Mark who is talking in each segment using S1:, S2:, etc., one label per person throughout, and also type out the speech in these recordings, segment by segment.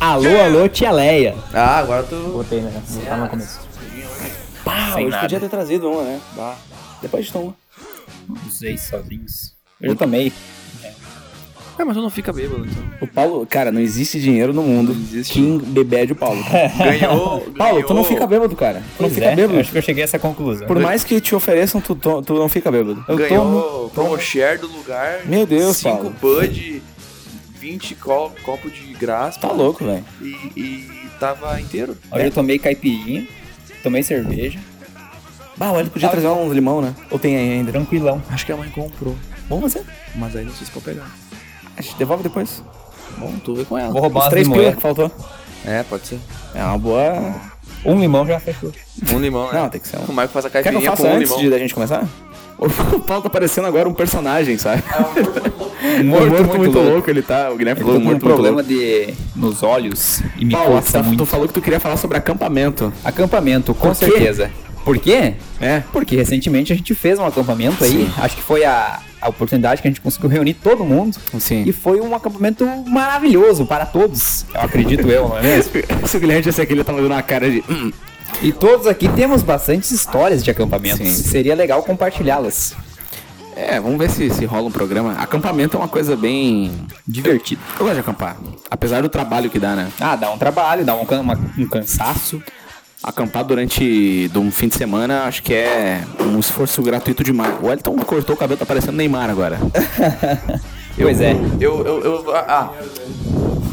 S1: Alô, alô, tia Leia.
S2: Ah, agora tu.
S3: Botei, né? Botar no começo.
S1: Pá,
S4: Sem
S1: hoje
S4: nada.
S1: podia ter trazido uma, né? Bah. Depois toma.
S4: Usei sozinhos.
S1: Eu também.
S5: É, mas tu não fica bêbado, então.
S1: O Paulo, cara, não existe dinheiro no mundo
S5: existe.
S1: que embebede o Paulo.
S2: Ganhou. ganhou.
S1: Paulo, tu não fica bêbado, cara. Tu não
S4: Pois
S1: fica
S4: é, eu
S1: bêbado.
S4: acho que eu cheguei a essa conclusão.
S1: Por mais que te ofereçam, tu, to- tu não fica bêbado. Eu tomo.
S2: ganhou promo share do lugar.
S1: Meu Deus,
S2: 5
S1: Paulo.
S2: Bud, 20 co- copo de graça.
S1: Tá louco, velho.
S2: E, e tava inteiro.
S4: Hoje eu tomei caipirinha, tomei cerveja,
S1: Bah, olha, podia trazer um limão, né? Ou tem aí ainda.
S4: tranquilão.
S2: Tá Acho que a mãe comprou.
S1: Bom, você?
S2: Mas aí não sei se pode pegar.
S1: A gente devolve depois.
S2: Bom, tu vê com ela.
S4: Vou roubar
S1: Os
S4: umas
S1: três pila
S4: limoeira.
S1: que faltou.
S2: É, pode ser.
S1: É uma boa.
S4: Um limão já fechou.
S2: Um limão, né?
S1: Não, tem que ser um.
S2: O Marco faz a
S1: Quer que eu
S2: caipirinha com
S1: faça
S2: um
S1: antes
S2: limão.
S1: de, da gente começar? O Paulo tá parecendo agora um personagem, sabe?
S4: Um
S1: Morto, muito, louco. ele tá. O Guilherme falou
S4: Tô com um
S1: morto, muito
S4: problema
S1: louco.
S4: de... nos olhos e me
S1: Paulo,
S4: coça
S1: tá-
S4: muito.
S1: tu falou que tu queria falar sobre acampamento.
S4: Acampamento, com
S1: Por quê?
S4: certeza. Por quê?
S1: É?
S4: Porque recentemente a gente fez um acampamento aí, acho que foi a, a oportunidade que a gente conseguiu reunir todo mundo.
S1: Sim.
S4: E foi um acampamento maravilhoso para todos, eu acredito eu, não é mesmo?
S1: Se o Guilherme tivesse aqui, ele tava dando uma cara de. "Hum,
S4: E todos aqui temos bastantes histórias de acampamentos.
S1: Sim.
S4: Seria legal compartilhá-las.
S1: É, vamos ver se, se rola um programa. Acampamento é uma coisa bem.
S4: Divertido.
S1: Eu gosto de acampar. Apesar do trabalho que dá, né?
S4: Ah, dá um trabalho, dá um, can- uma- um cansaço.
S1: Acampar durante de um fim de semana, acho que é um esforço gratuito demais. O Elton cortou o cabelo, tá parecendo Neymar agora.
S4: Pois é.
S2: Eu, eu, eu, ah, ah.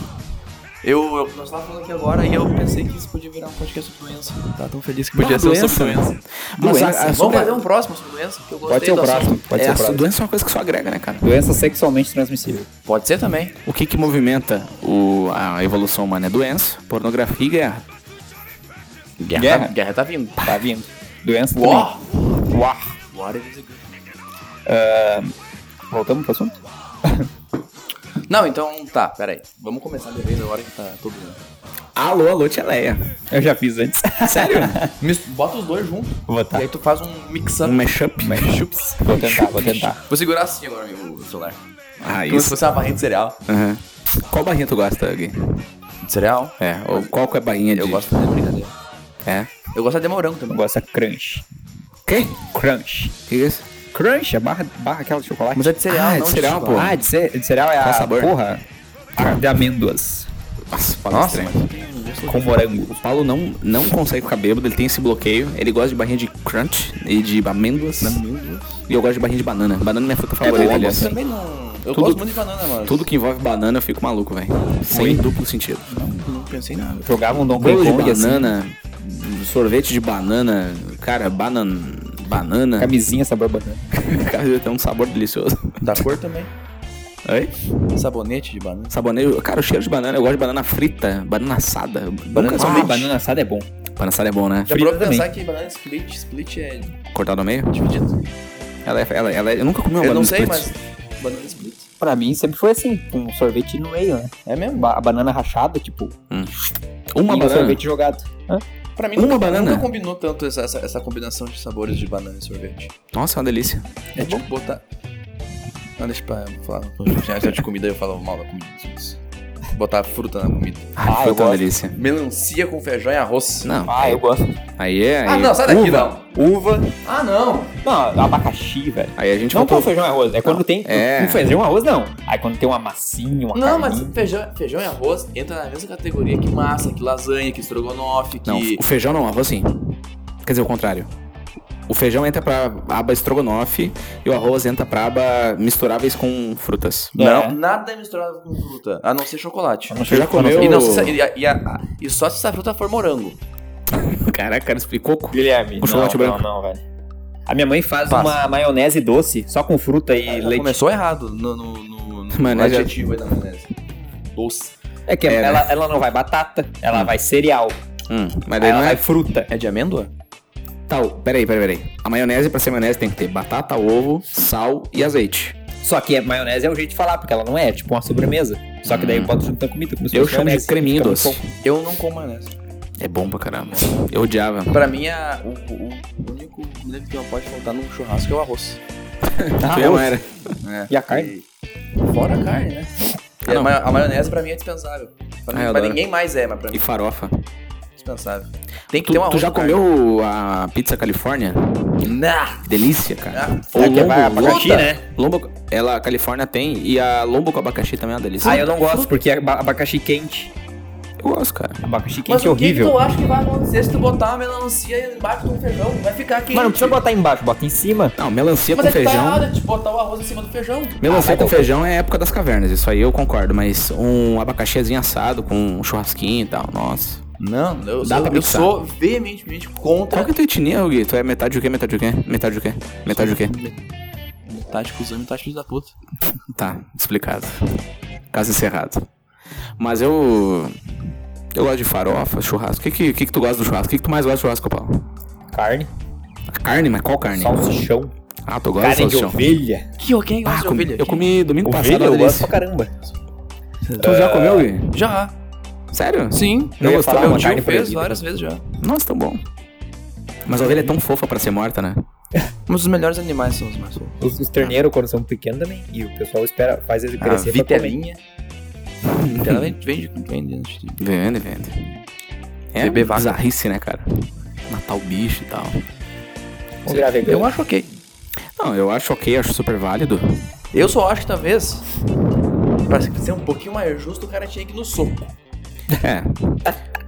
S2: Eu, eu, nós tava falando aqui agora e eu pensei que isso podia virar um podcast sobre doença. Tá tão feliz que podia
S1: Ah,
S2: ser um
S1: doença.
S2: sobre doença.
S1: Mas
S2: Doença.
S1: a- a-
S2: Vamos
S1: sobre-
S2: fazer um próximo sobre doença? Que eu gostei
S4: Pode ser o
S2: do assunto.
S4: próximo. Pode
S1: é,
S4: ser
S1: a
S4: o próximo.
S1: doença é uma coisa que só agrega, né, cara?
S4: Doença sexualmente transmissível.
S2: Pode ser também.
S1: O que que movimenta o- a evolução humana é doença, pornografia e guerra.
S2: Guerra,
S4: Guerra.
S2: Tá, guerra tá vindo.
S4: Tá vindo. Doença também.
S2: War.
S4: Uá.
S2: War is a good-
S4: Voltamos pro assunto?
S2: Não, então tá, peraí. Vamos começar de vez agora que tá todo mundo.
S1: Alô, alô, tia Leia.
S4: Eu já fiz antes.
S1: Sério?
S2: Mis- Bota os dois juntos.
S4: Vou tá.
S2: E aí tu faz um mix-up.
S1: um mashup?
S4: Mas- Vou tentar, vou tentar.
S2: Vou segurar assim agora meu- o celular.
S1: Ah,
S2: Como se
S1: isso.
S2: fosse uma barrinha de cereal.
S1: Aham. Uhum. Qual barrinha tu gosta, Gui?
S2: De cereal?
S1: É, ou qual que é a barrinha de...
S2: Eu gosto de brincadeira.
S1: É.
S2: Eu gosto de morango também.
S4: Gosta crunch.
S1: Quê?
S4: Crunch.
S1: Que isso?
S4: Crunch, a barra, barra aquela de chocolate.
S2: Mas é de cereal,
S1: Ah, é de
S2: não
S1: cereal,
S2: chocolate.
S1: pô.
S4: Ah, de, ce- de cereal é a
S1: Qual sabor?
S4: porra a de amêndoas
S1: Nossa, o Paulo é
S2: Nossa,
S1: estranho.
S4: com morango.
S1: O Paulo não, não consegue ficar bêbado, ele tem esse bloqueio. Ele gosta de barrinha de crunch e de amêndoas. E eu gosto de barrinha de banana. Banana é minha fruta favorita,
S2: eu
S1: aliás.
S2: também não. Eu
S1: Tudo-
S2: gosto muito de banana, mano.
S1: Tudo que envolve banana eu fico maluco, velho. Sem duplo sentido.
S2: Não pensei nada.
S4: Jogavam Donkey
S1: Bolo de
S4: Kong assim,
S1: banana, sorvete de banana, cara, banan... banana.
S4: Camisinha sabor banana.
S1: Cara, tem um sabor delicioso.
S2: Da cor também.
S1: Oi?
S2: Sabonete de banana.
S1: Sabonete. Cara, o cheiro de banana, eu gosto de banana frita, banana assada. Banana,
S4: ah,
S1: somente.
S4: banana assada é bom.
S1: banana assada é bom, né?
S2: Já
S4: Frita
S2: parou pra
S4: também.
S2: pensar que banana split, split é
S1: Cortado ao meio?
S2: dividido?
S1: Ela é, ela, ela é- Eu nunca comi uma
S2: eu
S1: banana
S2: não sei,
S1: split.
S2: mas. Banana split.
S4: Pra mim sempre foi assim, com um sorvete no meio, né?
S2: É mesmo?
S4: Ba- a banana rachada, tipo,
S1: Uma
S4: e um
S2: né?
S1: banana.
S4: sorvete jogado.
S2: Pra mim,
S1: Uma
S2: nunca,
S1: banana?
S2: nunca combinou tanto essa, essa, essa combinação de sabores de banana e sorvete.
S1: Nossa, é uma delícia.
S2: É, tipo botar. Não, deixa pra eu falar. Já de comida eu falo mal da comida. Jesus. Botar fruta na comida.
S4: eu
S1: Ah, fruta é uma
S4: gosto.
S1: delícia.
S2: Melancia com feijão e arroz.
S1: Não,
S4: Ah, eu gosto.
S1: aí é.
S2: Ah,
S1: aí-
S2: não, sai daqui, não.
S4: Uva.
S2: Ah, não.
S4: Não, abacaxi, velho.
S1: Aí a gente
S4: Não com
S1: voltou.
S4: feijão e arroz. É quando tem.
S1: É.
S4: Um feijão e arroz, não. Aí quando tem uma massinha, uma
S2: Não, mas
S4: carninha.
S2: feijão, feijão e arroz entra na mesma categoria que massa, que lasanha, que estrogonofe, que.
S1: Não, o feijão não, o arroz sim. Quer dizer, o contrário. O feijão entra pra aba estrogonofe e o arroz entra pra aba misturáveis com frutas.
S4: É.
S2: Não, nada é misturado com fruta, a não ser chocolate.
S4: Não
S1: Você já
S4: sei quando-
S1: comeu?
S2: E, não, se essa- e, a- e a- e só se essa fruta for morango.
S1: Caraca, cara, explicou.
S4: Guilherme.
S1: Com chocolate
S4: não,
S1: branco.
S4: Não, não, velho. A minha mãe faz
S2: Passa.
S4: uma maionese doce, só com fruta e É
S1: Ah,
S4: leite.
S2: Começou errado no, no, no, no
S1: Maionese.
S2: adjetivo aí da maionese. Doce.
S4: É que
S1: É, né?
S4: ela, ela não vai batata, ela vai cereal,
S1: Hum, mas
S4: aí
S1: daí
S4: ela
S1: não
S4: vai
S1: é.
S4: fruta.
S2: É de amêndoa?
S1: Tal, peraí, peraí, peraí. A maionese, pra ser maionese, tem que ter batata, ovo, sal e azeite.
S4: Só que a maionese é o jeito de falar, porque ela não é, é tipo uma sobremesa. Só que daí eu boto junto na comida. Como se
S1: Hum. Eu
S4: fosse
S1: chamo de
S4: maionese.
S1: creminho
S4: Fica
S1: doce.
S4: muito bom.
S2: Eu não como maionese.
S1: É bom pra caramba. Eu odiava.
S2: Pra mim, a, o, o- o único comida que não pode faltar num churrasco é o arroz. Ah,
S1: Tu não era.
S4: E a carne?
S2: E- Fora a carne, né? E
S1: Ah,
S2: a,
S1: não.
S2: ma- a maionese pra mim é dispensável. Pra
S1: Ah,
S2: mim-
S1: eu
S2: pra
S1: adoro.
S2: ninguém mais é, mas pra mim
S1: E farofa.
S2: é dispensável. Tem que
S1: Tu,
S2: ter um uma
S1: tu já
S2: outra
S1: comeu a pizza Califórnia?
S2: carne. Nah.
S1: Delícia, cara.
S2: Ah,
S1: Ou
S4: é que
S1: lombo,
S4: vai
S1: lombo,
S4: abacaxi,
S5: né?
S1: lombo- ela, a Califórnia tem, e a lombo com abacaxi também é uma delícia.
S4: Ah, eu não gosto, porque é aba- abacaxi quente.
S1: Eu gosto, cara.
S4: Abacaxi quente
S2: Mas
S4: é
S2: o que, que
S4: horrível.
S2: tu acha que vai acontecer se tu botar uma melancia embaixo de um feijão? Vai ficar quente.
S3: Mas não precisa botar embaixo, bota em cima.
S1: Não, melancia
S2: Mas
S1: com
S2: é que tá
S1: feijão.
S2: errado então de botar o arroz em cima do feijão.
S1: Melancia
S4: Ah, vai
S1: com
S4: ter-
S1: feijão é época das cavernas, isso aí eu concordo, mas um abacaxizinho assado com um churrasquinho e tal, nossa.
S2: Não, eu,
S1: Dá
S2: sou,
S1: pra
S2: eu
S1: mixar.
S2: sou veementemente
S1: Qual
S2: contra
S1: que é a tua etnia, Gui? Tu é metade o quê, metade o quê? Metade o quê? Metade o quê?
S2: metade cuzão e metade filho da puta.
S1: Tá, explicado. Caso encerrado. Mas eu. Eu gosto de farofa, churrasco. O que que, o que que tu gosta do churrasco? O que que tu mais gosta do churrasco, Paulo?
S4: Carne,
S1: A carne, mas qual carne?
S4: salsichão,
S1: Ah, tu gosta
S4: carne
S1: do
S4: de
S1: salsichão?
S4: ovelha.
S2: Que ó, quem
S1: Ah,
S2: gosta de
S1: comi-
S2: ovelha?
S1: eu comi domingo passado,
S4: Ovelha
S1: uma
S4: eu gosto
S1: delícia.
S4: pra caramba.
S1: Tu já comeu, Gui?
S2: Já.
S4: É.
S1: Sério?
S2: Sim.
S1: Não
S4: Eu ia
S1: gostou?
S4: falar
S1: Meu
S4: uma
S1: tio
S4: carne
S1: fez.
S2: Fez
S4: proibida.
S2: várias vezes já.
S1: Nossa, tão bom. Mas a ovelha é tão fofa pra ser morta, né?
S2: Mas os melhores animais são os mais fofos.
S4: Os, os terneiros, quando são pequenos também. E o pessoal espera, faz
S1: Ah,
S4: eles crescer pra comer.
S2: Ah, Vitelinha. Vitelinha vende, vende, vende antes de-
S1: Vende, vende. É
S2: Beber vaca.
S1: bizarrice, né, cara? Matar o bicho e tal.
S4: Vamos virar vegano.
S2: Eu acho ok.
S1: Não, eu acho ok, acho super válido.
S2: Eu só acho que talvez, pra ser um pouquinho mais justo, o cara tinha que ir no soco.
S1: É.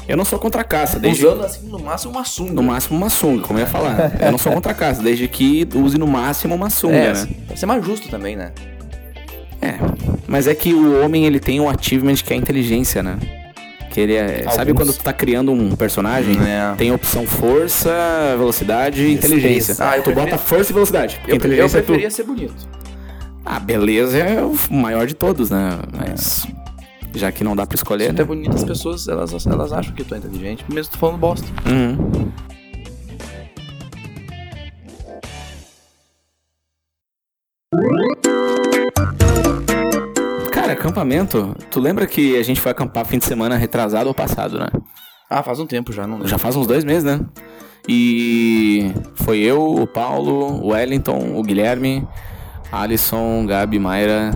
S1: Eu não sou contra a caça, desde
S2: Usando assim, no máximo, uma sunga.
S1: no máximo uma sunga, como eu ia falar. Eu não sou contra a caça, desde que use no máximo uma sunga,
S2: É,
S1: né?
S2: pra ser mais justo também, né?
S1: É. Mas é que o homem, ele tem um achievement que é a inteligência, né? Que ele é. Sabe
S4: Alguns.
S1: quando tu tá criando um personagem?
S2: É.
S1: Tem a opção força, velocidade e inteligência.
S2: Ah, eu
S1: tu
S2: preferi-
S1: bota força e velocidade. Porque
S2: Eu, eu
S1: inteligência é tu.
S2: preferia ser bonito.
S1: Ah, beleza é o maior de todos, né? Mas.
S2: É.
S1: Já que não dá pra escolher,
S2: Se tu é
S1: né?
S2: bonito, as pessoas elas, elas acham que tu é inteligente, mesmo tu falando bosta.
S1: Uhum. Cara, acampamento. Tu lembra que a gente foi acampar fim de semana retrasado ou passado, né?
S2: Ah, faz um tempo já, não lembro.
S1: Já faz uns dois meses, né? E foi eu, o Paulo, o Wellington, o Guilherme, Alisson, Gabi, Mayra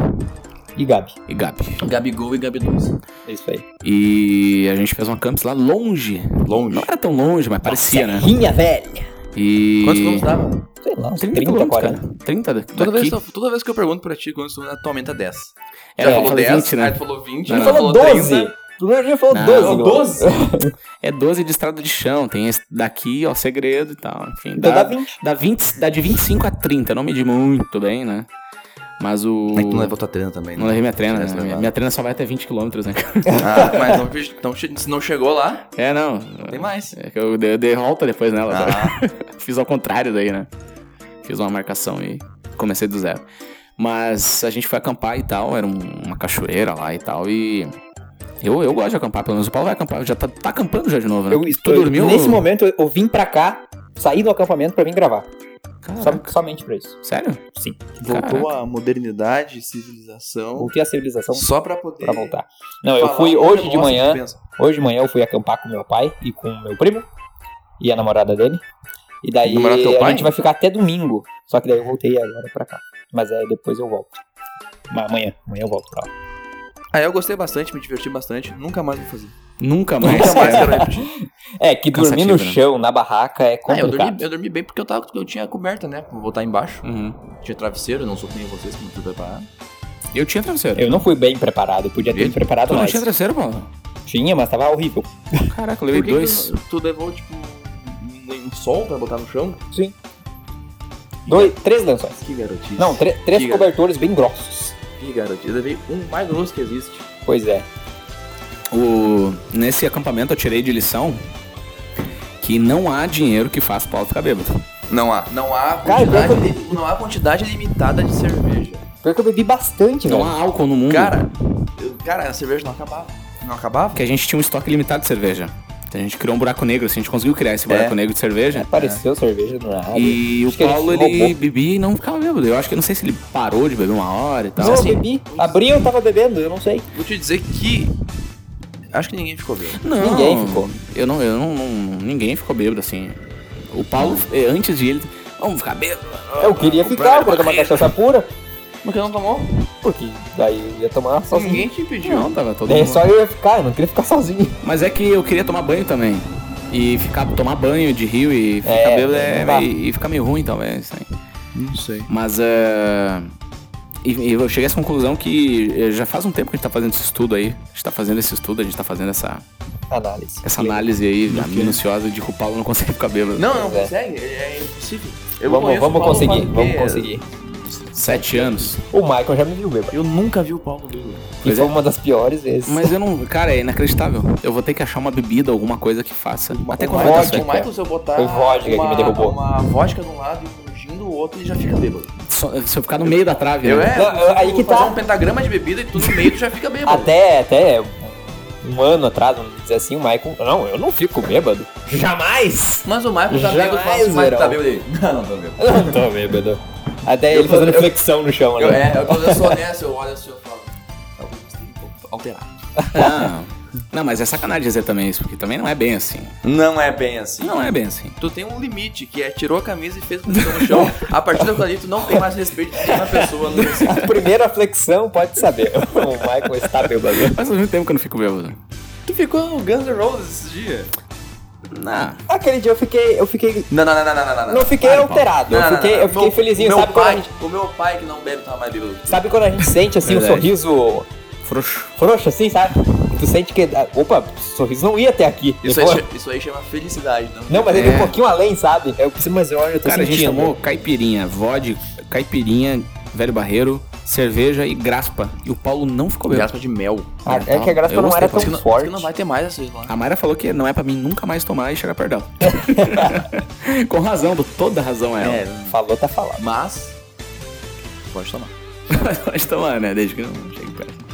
S4: E Gabi.
S1: e Gabi.
S2: Gabigol e Gabiduz.
S4: É isso aí.
S1: E a gente fez uma campus lá longe.
S2: Longe.
S1: Não era tão longe, mas parecia, né?
S4: Serrinha velha.
S1: E.
S2: Quantos quilômetros dava?
S4: Sei lá, uns
S1: 30
S4: 30,
S1: quilômetros,
S4: 40.
S1: cara. 30 da-
S2: Toda
S1: daqui.
S2: vez, toda vez que eu pergunto pra ti quantos quilômetros dava, tu aumenta 10.
S4: É,
S1: Era
S2: já
S1: pra
S2: falou
S1: fazer
S2: 10,
S1: 20, né?
S2: aí tu falou 20,
S1: Não,
S2: aí
S4: Ele
S1: não.
S2: tu
S4: falou
S2: falou
S4: 12.
S2: 30.
S4: O primeiro dia falou
S1: Não,
S4: 12.
S1: falou
S4: Glauco.
S2: 12?
S1: É 12 de estrada de chão, tem esse daqui, ó, segredo e tal. Enfim,
S4: Então
S1: dá,
S4: dá 20.
S1: dá 20, dá de 25 a 30, não medi muito bem, né? Mas o.
S2: É que tu não levou tua treina também,
S1: Não levei minha trena,
S2: Tivesse
S1: né? Minha,
S2: levado.
S1: minha trena só vai até 20 km, né? cara?
S2: Ah, mas não, então, che- se não chegou lá,
S1: É, não.
S2: tem mais.
S1: É que eu dei, eu dei volta depois nela. tá? sabe?
S2: Ah,
S1: Fiz ao contrário daí, né? Fiz uma marcação e comecei do zero. Mas a gente foi acampar e tal, era um- uma cachoeira lá e tal, e. Eu, eu gosto de acampar, pelo menos o Paulo vai acampar, já tá, tá acampando já de novo, né?
S4: Eu,
S1: tu
S4: estou
S1: dormiu?
S4: Nesse momento, eu, eu vim pra cá, saí do acampamento pra vir gravar.
S1: Caraca.
S4: Só- somente pra isso.
S1: Sério?
S4: Sim.
S2: voltou a modernidade, civilização,
S4: Voltei à civilização
S2: só pra poder...
S4: pra voltar. Não, eu
S2: falar
S4: fui
S2: um
S4: hoje de
S2: negócio que tu
S4: manhã.
S2: pensa.
S4: Hoje de manhã eu fui acampar com meu pai e com meu primo e a namorada dele. E daí
S2: Namorada do teu
S4: a
S2: pai?
S4: gente vai ficar até domingo. Só que daí eu voltei agora pra cá. Mas é, depois eu volto. Mas amanhã, amanhã eu volto pra lá.
S2: Ah, eu gostei bastante, me diverti bastante, nunca mais vou fazer.
S1: Nunca mais.
S2: Nunca mais quero repetir.
S4: É, que dormir
S1: Cansativo,
S4: no
S1: né?
S4: chão, na barraca, é
S2: Ah, eu,
S4: complicado.
S2: dormi, eu dormi bem porque eu, tava, eu tinha coberta, né? Vou botar embaixo.
S1: Uhum.
S2: Tinha travesseiro, não sou que nem vocês que não fui preparar.
S1: Eu tinha travesseiro.
S4: Eu não fui bem preparado, eu podia ter
S2: Ele-
S4: me preparado
S1: Tu não
S4: mais.
S1: tinha travesseiro, Paulo?
S4: Tinha, mas tava horrível.
S1: Caraca, eu levei
S2: que
S1: dois.
S2: Tu, tu levou, tipo, um, um sol pra botar no chão?
S4: Sim. Dois, Então, três lençóis.
S2: Que garotinho.
S4: Não, tre- três
S2: Que
S4: cobertores bem grossos.
S2: Que garotinho. Eu levei um mais grosso que existe.
S4: Pois é.
S1: O... Nesse acampamento eu tirei de lição que não há dinheiro que faça o Paulo ficar bêbado.
S2: Não há. Não há
S4: Cara,
S2: quantidade,
S4: eu-
S2: li- não há quantidade limitada de cerveja.
S4: Pior que eu bebi bastante, né?
S1: Não
S4: velho.
S1: há álcool no mundo.
S2: Cara, eu- cara, a cerveja não acabava. Não acabava?
S1: Que a gente tinha um estoque limitado de cerveja. Então a gente criou um buraco negro, assim, a gente conseguiu criar esse buraco negro de cerveja.
S4: Apareceu cerveja do nada.
S1: né? É. E
S4: É.
S1: o
S4: Acho que a gente
S1: Paulo,
S4: roubou.
S1: ele bebia e não ficava bêbado. Eu acho que não sei se ele parou de beber uma hora e tal.
S4: Não,
S2: assim,
S4: eu bebi. Abri eu tava bebendo, eu não sei.
S2: Vou te dizer que. Acho que ninguém ficou bêbado.
S1: Não,
S4: Ninguém ficou.
S1: Eu não, eu não, não- Ninguém ficou bêbado, assim. O Paulo, eh, antes de ele. Vamos ficar bêbado. é
S4: Eu queria ficar, eu queria tomar cachaça pura.
S2: Mas que não tomou?
S4: porque daí eu ia tomar sozinho.
S2: Ninguém te impediu.
S1: Não, tava todo
S4: É,
S1: mundo.
S4: só eu ia ficar, eu não queria ficar sozinho.
S1: Mas é que eu queria tomar banho também. E ficar, tomar banho de rio e ficar
S4: É,
S1: bêbado é-
S4: não dá.
S1: e, e ficar meio ruim, talvez. Assim.
S5: Não sei.
S1: Mas é, e, e eu cheguei a essa conclusão que eh, já faz um tempo que a gente tá fazendo esse estudo aí. A gente tá fazendo esse estudo, a gente tá fazendo essa,
S4: Análise.
S1: essa análise aí minuciosa de que o Paulo não consegue ficar bêbado.
S2: é? Não, não
S4: Pois é.
S2: consegue. É, é impossível. Eu
S4: Vamos,
S2: conheço o
S4: vamos
S2: Paulo
S4: conseguir,
S2: faz o quê?
S4: vamos conseguir.
S1: Sete anos.
S4: O Michael já me viu bêbado.
S5: Eu nunca vi o Paulo bêbado.
S4: E
S1: Pois
S4: foi
S1: é.
S4: uma das piores vezes.
S1: Mas eu não. Cara, é inacreditável. Eu vou ter que achar uma bebida, alguma coisa que faça. Até quando
S2: O
S1: vai dar
S4: vodka.
S1: certo.
S2: Michael, o Michael, se eu botar
S4: Foi vodka que
S2: uma,
S4: me derrubou.
S2: uma vodka de um lado e um gin do outro, ele já fica bêbado.
S1: Só- Se eu ficar no meio da trave,
S2: Eu
S1: né?
S2: é,
S4: Não, eu- aí que
S2: fazer
S4: tá.
S2: um pentagrama de bebida e tudo no meio, tu já fica bêbado.
S4: Até, até um ano atrás, vamos dizer assim, o Michael. Não, eu não fico bêbado. Jamais!
S2: Mas o Michael tá
S4: Jamais,
S2: bêbado, fala assim, o Michael tá
S4: Verão.
S2: bêbado aí. Não, não tô bêbado.
S4: Eu não tô bêbado. Até
S2: Eu
S4: ele
S2: tô-
S4: fazendo
S2: eu-
S4: flexão no chão,
S2: Eu,
S4: né?
S2: é, eu, quando eu sou honesto, eu olho assim, eu falo... "Talvez você tenha que Alterar.
S1: Não. Não, mas é sacanagem dizer também isso, porque também não é bem assim.
S2: Não é bem assim.
S1: Não é bem assim.
S2: Tu tem um limite, que é tirou a camisa e fez flexão no chão. A partir daquilo ali, tu não tem mais respeito de uma pessoa no recinto.
S4: Primeira flexão, pode saber. O Michael está bêbado.
S1: Faz muito tempo que eu não fico bêbado.
S2: Tu ficou no Guns N' Roses esses dias?
S1: Não.
S4: Aquele dia eu fiquei. Eu fiquei.
S2: Não, não, não, não, não, não.
S4: Não fiquei
S1: Para,
S4: alterado.
S2: Não,
S4: eu
S2: não,
S4: fiquei,
S2: não, não.
S4: eu fiquei
S2: Meu-
S4: felizinho,
S2: meu
S4: sabe quando, a
S2: pai,
S4: gente,
S2: O meu pai que não bebe tá mais bêbado.
S4: sabe quando a gente sente assim um
S1: Verdade.
S4: sorriso
S1: Frouxo.
S4: frouxo, assim, sabe? Tu sente que. ah, Opa, o sorriso não ia até aqui.
S2: Isso aí,
S4: Depois-
S2: che- isso aí chama felicidade, não?
S4: Não, mas ele
S1: É.
S4: um pouquinho além, sabe? Eu preciso, mas olha, eu tô
S1: Cara, a gente
S4: sentindo.
S1: tomou caipirinha, vodka, caipirinha, velho barreiro, cerveja e graspa. E o Paulo não ficou bêbado.
S2: Graspa de mel.
S4: Ah, é que a graça
S1: Eu
S4: não
S1: gostei,
S4: era tão
S1: por isso
S2: Não, por isso
S4: forte.
S2: que não vai ter mais essas lá.
S1: A Mayra falou que não é pra mim nunca mais tomar e chegar perto dela. Com razão, por toda razão ela. É.
S4: Falou, tá falado.
S2: Mas. Pode tomar.
S1: Pode tomar, né? Desde que não chegue perto.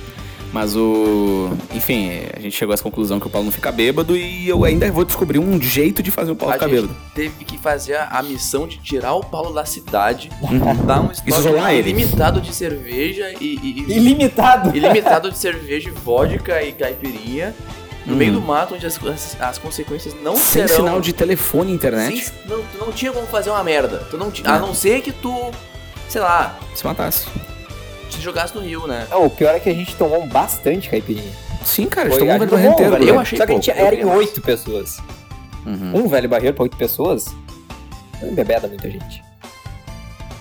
S1: Mas o. Enfim, é, a gente chegou a essa conclusão que o Paulo não fica bêbado e eu ainda vou descobrir um jeito de fazer o Paulo
S2: A
S1: ficar
S2: gente
S1: bêbado.
S2: teve que fazer a, a missão de tirar o Paulo da cidade,
S1: Uhum.
S2: dar um
S1: Isolar ele.
S2: limitado de cerveja e. e, e
S4: Ilimitado!
S2: ilimitado de cerveja, e vodka e caipirinha. No
S1: Uhum.
S2: meio do mato, onde as, as, as consequências não
S1: Sem
S2: serão.
S1: sinal de telefone e internet.
S2: Sem- não, tu não tinha como fazer uma merda. Tu não ti- a
S1: Não.
S2: não ser que tu, sei lá,
S1: Se matasse.
S2: te jogasse no rio, né?
S4: Não, o pior é que a gente tomou bastante caipirinha.
S1: Sim, cara, a
S4: Foi-
S1: gente
S4: a
S1: tomou um
S4: gente
S1: velho barreiro
S4: tomou um velho
S1: inteiro. né?
S2: Eu
S4: barreiro.
S2: achei
S4: Só que a
S2: pouco,
S4: gente era
S2: eu
S4: em
S2: queria mais.
S4: oito pessoas.
S1: Uhum.
S4: Um velho barreiro pra oito pessoas? Não embebeda muita gente.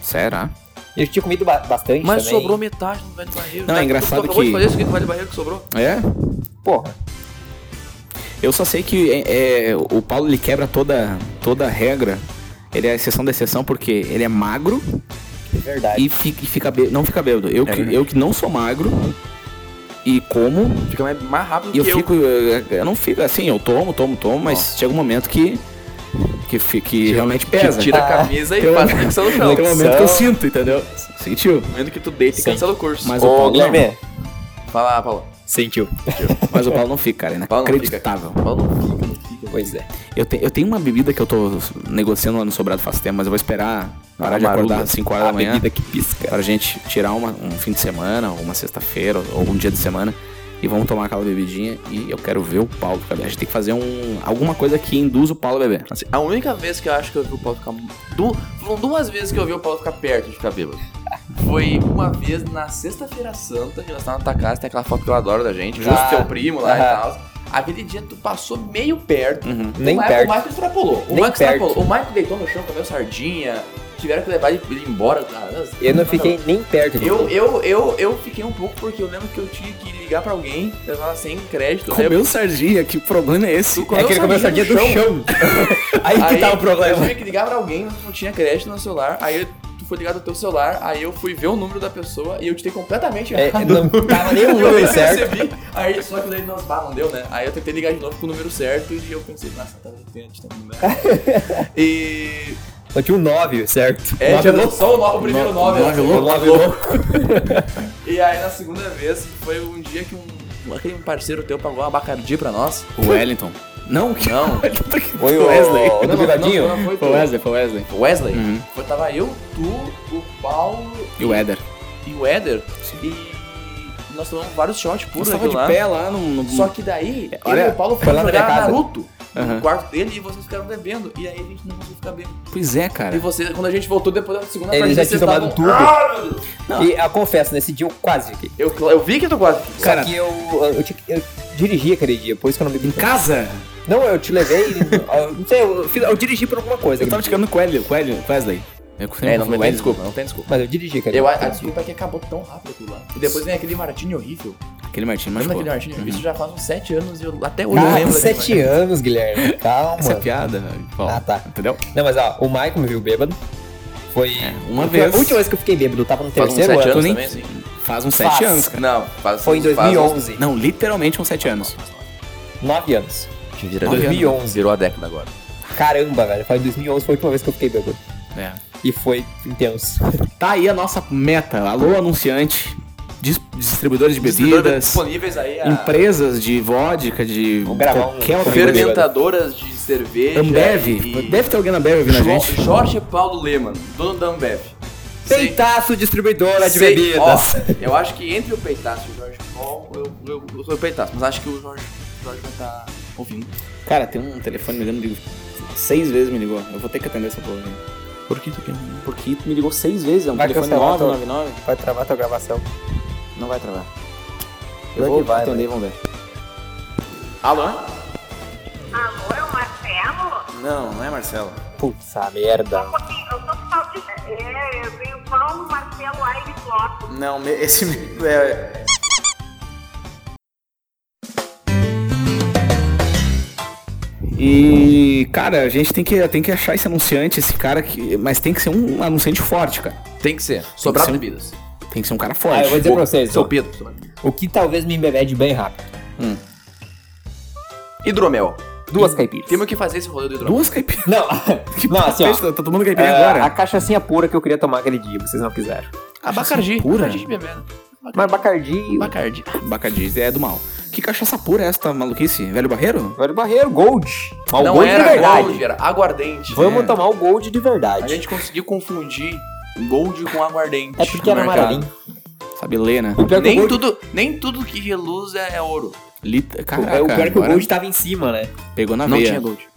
S1: Será?
S4: E a gente tinha comido ba- bastante
S2: Mas
S4: também.
S2: sobrou metade no Vale Barreiro.
S1: Não, é
S2: Tu- tu
S1: engraçado
S2: acabou de
S1: que-
S2: fazer isso aqui no Vale Barreiro que sobrou?
S1: É?
S4: Porra.
S1: Eu só sei que é, é, o Paulo ele quebra toda, toda regra. Ele é a exceção da exceção porque ele é magro
S4: É verdade.
S1: e fica, e fica bê- não fica bêbado.
S2: É
S1: Eu, que, eu que não sou magro e como,
S2: Fica mais, mais rápido
S1: e eu
S2: que
S1: fico. Eu, eu não fico assim, eu tomo, tomo, tomo, mas chega um momento que. que, fi- que realmente
S2: Que
S1: pesa.
S2: tira a
S4: Tá.
S2: camisa e
S1: Tem um-
S2: faz flexão no chão.
S1: Tem um
S2: No
S1: momento que eu sinto, entendeu? Sentiu.
S2: momento que tu deita e
S4: Sim.
S2: cancela o curso.
S1: Mas o
S4: Ô,
S1: Paulo, não,
S4: Guilherme.
S2: Fala, lá, Paulo.
S4: Sentiu.
S1: mas o Paulo não fica, cara. É
S2: Paulo não fica.
S1: inacreditável.
S2: Paulo não fica.
S4: Pois é.
S1: Eu, te- eu tenho uma bebida que eu tô negociando lá no Sobrado faz tempo, mas eu vou esperar parar de
S2: Maruda.
S1: acordar às 5 horas da manhã
S4: bebida que pisca.
S1: pra gente tirar uma- um fim de semana, ou uma sexta-feira, ou um dia de semana, e vamos tomar aquela bebidinha e eu quero ver o Paulo ficar bêbado. A gente tem que fazer um, alguma coisa que induza o Paulo a beber.
S2: Assim, a única vez que eu acho que eu vi o Paulo ficar. Du... Foram duas vezes que eu vi o Paulo ficar perto de ficar bêbado. Foi uma vez na Sexta-feira Santa, que nós estávamos na tua casa, tem aquela foto que eu adoro da gente, justo
S4: Ah,
S2: teu primo lá
S4: aham.
S2: e tal. Aquele dia tu passou meio perto.
S1: Uhum.
S4: Nem
S2: o
S4: perto.
S2: Michael, o Michael extrapolou. O
S4: Nem
S2: Michael
S4: perto.
S2: extrapolou. O Michael deitou no chão, comeu sardinha. Tiveram que levar ele ele embora. Ah, nossa,
S4: Eu não
S2: mas
S4: fiquei nem perto. do
S2: Eu,
S4: Paulo.
S2: eu, eu, eu fiquei um pouco porque eu lembro que eu tinha que ligar pra alguém, eu tava sem crédito. Aí eu-
S1: sardinha, que problema é esse?
S2: comeu
S4: É que ele comeu
S2: sardinha
S4: sardinha
S2: no
S4: do chão. Aí que tá o
S2: Eu
S4: problema.
S2: tive que ligar pra alguém, mas não tinha crédito no celular. Aí tu foi ligar do teu celular, aí eu fui ver o número da pessoa e eu te dei completamente
S4: É,
S2: errado.
S4: não tava nem o
S2: eu nem
S4: número certo.
S2: percebi. Aí só que daí nós, bah, não deu, né? Aí eu tentei ligar de novo com o número certo e eu pensei, nossa, tá tentando, tá número errado. E.
S4: Só tinha o 9, certo?
S2: É,
S4: Nove
S2: já
S4: louco. é
S2: deu só o, no, o primeiro
S1: Nove- nove
S2: nove. assim,
S1: louco.
S2: nove louco. e aí na segunda vez foi um dia que um. Aquele parceiro teu pagou uma bacardi pra nós.
S1: O Wellington. Não, que
S2: Não.
S4: Foi o
S1: Wesley.
S4: o do bigodinho?
S2: não, não foi
S1: Foi
S2: tu.
S1: o Wesley, foi o Wesley.
S2: Wesley.
S1: Uhum.
S2: Foi, tava eu, tu, o Paulo
S1: E o Éder.
S2: e o Éder. E nós tomamos vários shots
S1: Eu
S2: puros
S1: tava de
S2: lá.
S1: pé lá no. no...
S2: Só que daí,
S1: Olha,
S2: eu e o Paulo
S4: foi
S2: fomos
S4: lá na
S2: jogar
S4: minha casa.
S2: Naruto
S1: Aham.
S2: no quarto dele e vocês ficaram bebendo. E aí a gente não conseguiu ficar bebendo.
S1: Pois é,
S2: E
S1: cara.
S2: vocês, quando a gente voltou depois da segunda
S4: Ele
S2: partida,
S4: já
S2: vocês
S4: tinha tomado tudo.
S2: estavam- Ah, meu Deus!
S1: Não.
S4: E eu confesso, nesse dia eu quase fiquei.
S2: Eu, eu vi que eu tô quase.
S1: Cara-
S4: Só que eu, eu, tinha que- eu dirigi aquele dia, por isso que eu não bebi.
S1: um Em casa?
S4: Não, eu te levei, eu não sei, eu, fiz- eu dirigi por alguma coisa.
S1: Eu tava te
S4: aquele dia.
S1: ficando com o Hélio, com o Hélio, Wesley. Eu sempre
S2: É, não,
S1: confundo
S2: não
S1: o
S2: tem
S1: Hélio.
S2: desculpa, não tem desculpa.
S4: Mas eu dirigi aquele
S2: Eu, a,
S4: dia.
S2: a desculpa é que acabou tão rápido aquilo lá. E depois vem aquele Martini horrível.
S1: Aquele Martinho
S2: Lembra
S1: machucou.
S2: daquele Martini?
S1: Uhum.
S2: Isso já faz uns 7 anos e eu até hoje eu
S4: Ah,
S2: lembro daquele
S4: sete anos, Guilherme. Calma.
S1: Essa é piada, velho. Paulo.
S4: Ah, tá.
S1: Entendeu?
S4: Não, mas ó, o Michael me viu bêbado. Foi.
S1: Uma
S4: Foi
S1: vez.
S4: A última vez que eu fiquei bêbado, eu tava no
S2: É, Faz uns
S4: terceiro
S2: 7
S4: ano.
S2: anos
S1: nem-
S2: também, assim.
S1: Faz uns sete
S4: Faz.
S1: anos, cara.
S2: Não, faz
S4: Foi em
S2: faz uns-
S4: 2011.
S1: Não, literalmente uns sete anos.
S4: Nove anos.
S2: Vira
S1: Nove
S4: 2011.
S2: Virou a década agora.
S4: Caramba, velho. Foi em 2011, foi a última vez que eu fiquei bêbado.
S1: É.
S4: E foi intenso.
S1: Tá aí a nossa meta. Alô, anunciante. dis- Distribuidores de
S2: Distribuidoras
S1: bebidas.
S2: disponíveis aí a
S1: Empresas de vodka, de
S4: Vamos gravar um-
S1: qualquer outra
S4: Fermento.
S1: coisa.
S2: fermentadoras de cerveja.
S1: Ambev.
S2: e-
S1: Deve ter alguém na Ambev ouvindo a
S2: Jo-
S1: gente.
S2: Jorge Paulo Leman, dono da Ambev. Sei-
S4: Peitaço distribuidora de
S2: sei-
S4: bebidas.
S2: ó, eu acho que entre o Peitaço e o Jorge Paulo, eu, eu, eu sou o Peitaço, mas acho que o Jorge, o Jorge vai tá- estar ouvindo.
S1: Cara, tem um telefone me ligando, digo, seis vezes me ligou. Eu vou ter que atender essa porra. aí.
S5: Por que tu quer?
S1: Porque me ligou seis vezes, é um
S4: Vai
S1: telefone
S4: cancelar,
S1: 999.
S4: Vai travar tua gravação.
S1: Não vai travar.
S4: Pior
S1: Eu
S4: que
S1: vou
S4: vai,
S1: atender, vamos ver.
S2: Alô?
S6: Alô, é o Marcelo?
S2: Não, não é Marcelo.
S4: Putz, merda.
S6: Eu tô com saudade. É, eu venho Paulo Marcelo Aires Lopes.
S2: Não, me- esse me- é.
S1: E, cara, a gente tem que, tem que achar esse anunciante, esse cara que. Mas tem que ser um anunciante forte, cara.
S2: Tem que ser. Sobrar
S1: ser um-
S2: bebidas.
S1: Tem que ser um cara
S4: Ah,
S1: forte.
S4: eu vou dizer pra vocês.
S2: Seu
S4: ó,
S2: Pedro.
S4: O que talvez me embebede bem rápido.
S2: Hidromel.
S4: Duas caipiras.
S2: Temos que fazer esse rolê do hidromel.
S1: Duas caipiras.
S4: Não, não, assim, ó.
S1: Tá tomando caipira
S4: é,
S1: agora.
S4: A cachaçinha pura que eu queria tomar aquele dia, vocês não quiseram.
S1: Ah,
S2: Abacardi.
S1: Pura?
S2: Abacardi de bebida.
S4: Mas Bacardi,
S2: Abacardi.
S1: Bacadiz é do mal. Que cachaça pura é essa, tá maluquice? Velho Barreiro?
S4: Velho Barreiro, Gold. Mas o
S2: Não
S4: Gold
S2: era
S4: de verdade.
S2: Gold, era aguardente.
S4: Vamos
S1: É.
S4: tomar o Gold de verdade.
S2: A gente conseguiu confundir Gold com aguardente.
S4: É porque
S2: no
S4: era
S2: mercado.
S4: amarelinho.
S1: Sabe ler, né?
S4: O pior,
S2: Nem
S4: que o Gold,
S2: tudo, nem tudo que reluz é, é ouro.
S1: Lit...
S4: é,
S1: Caraca,
S4: o pior é que o
S1: tá, agora
S4: Gold tava em cima, né?
S1: pegou na
S2: Não
S1: veia.
S2: tinha gold.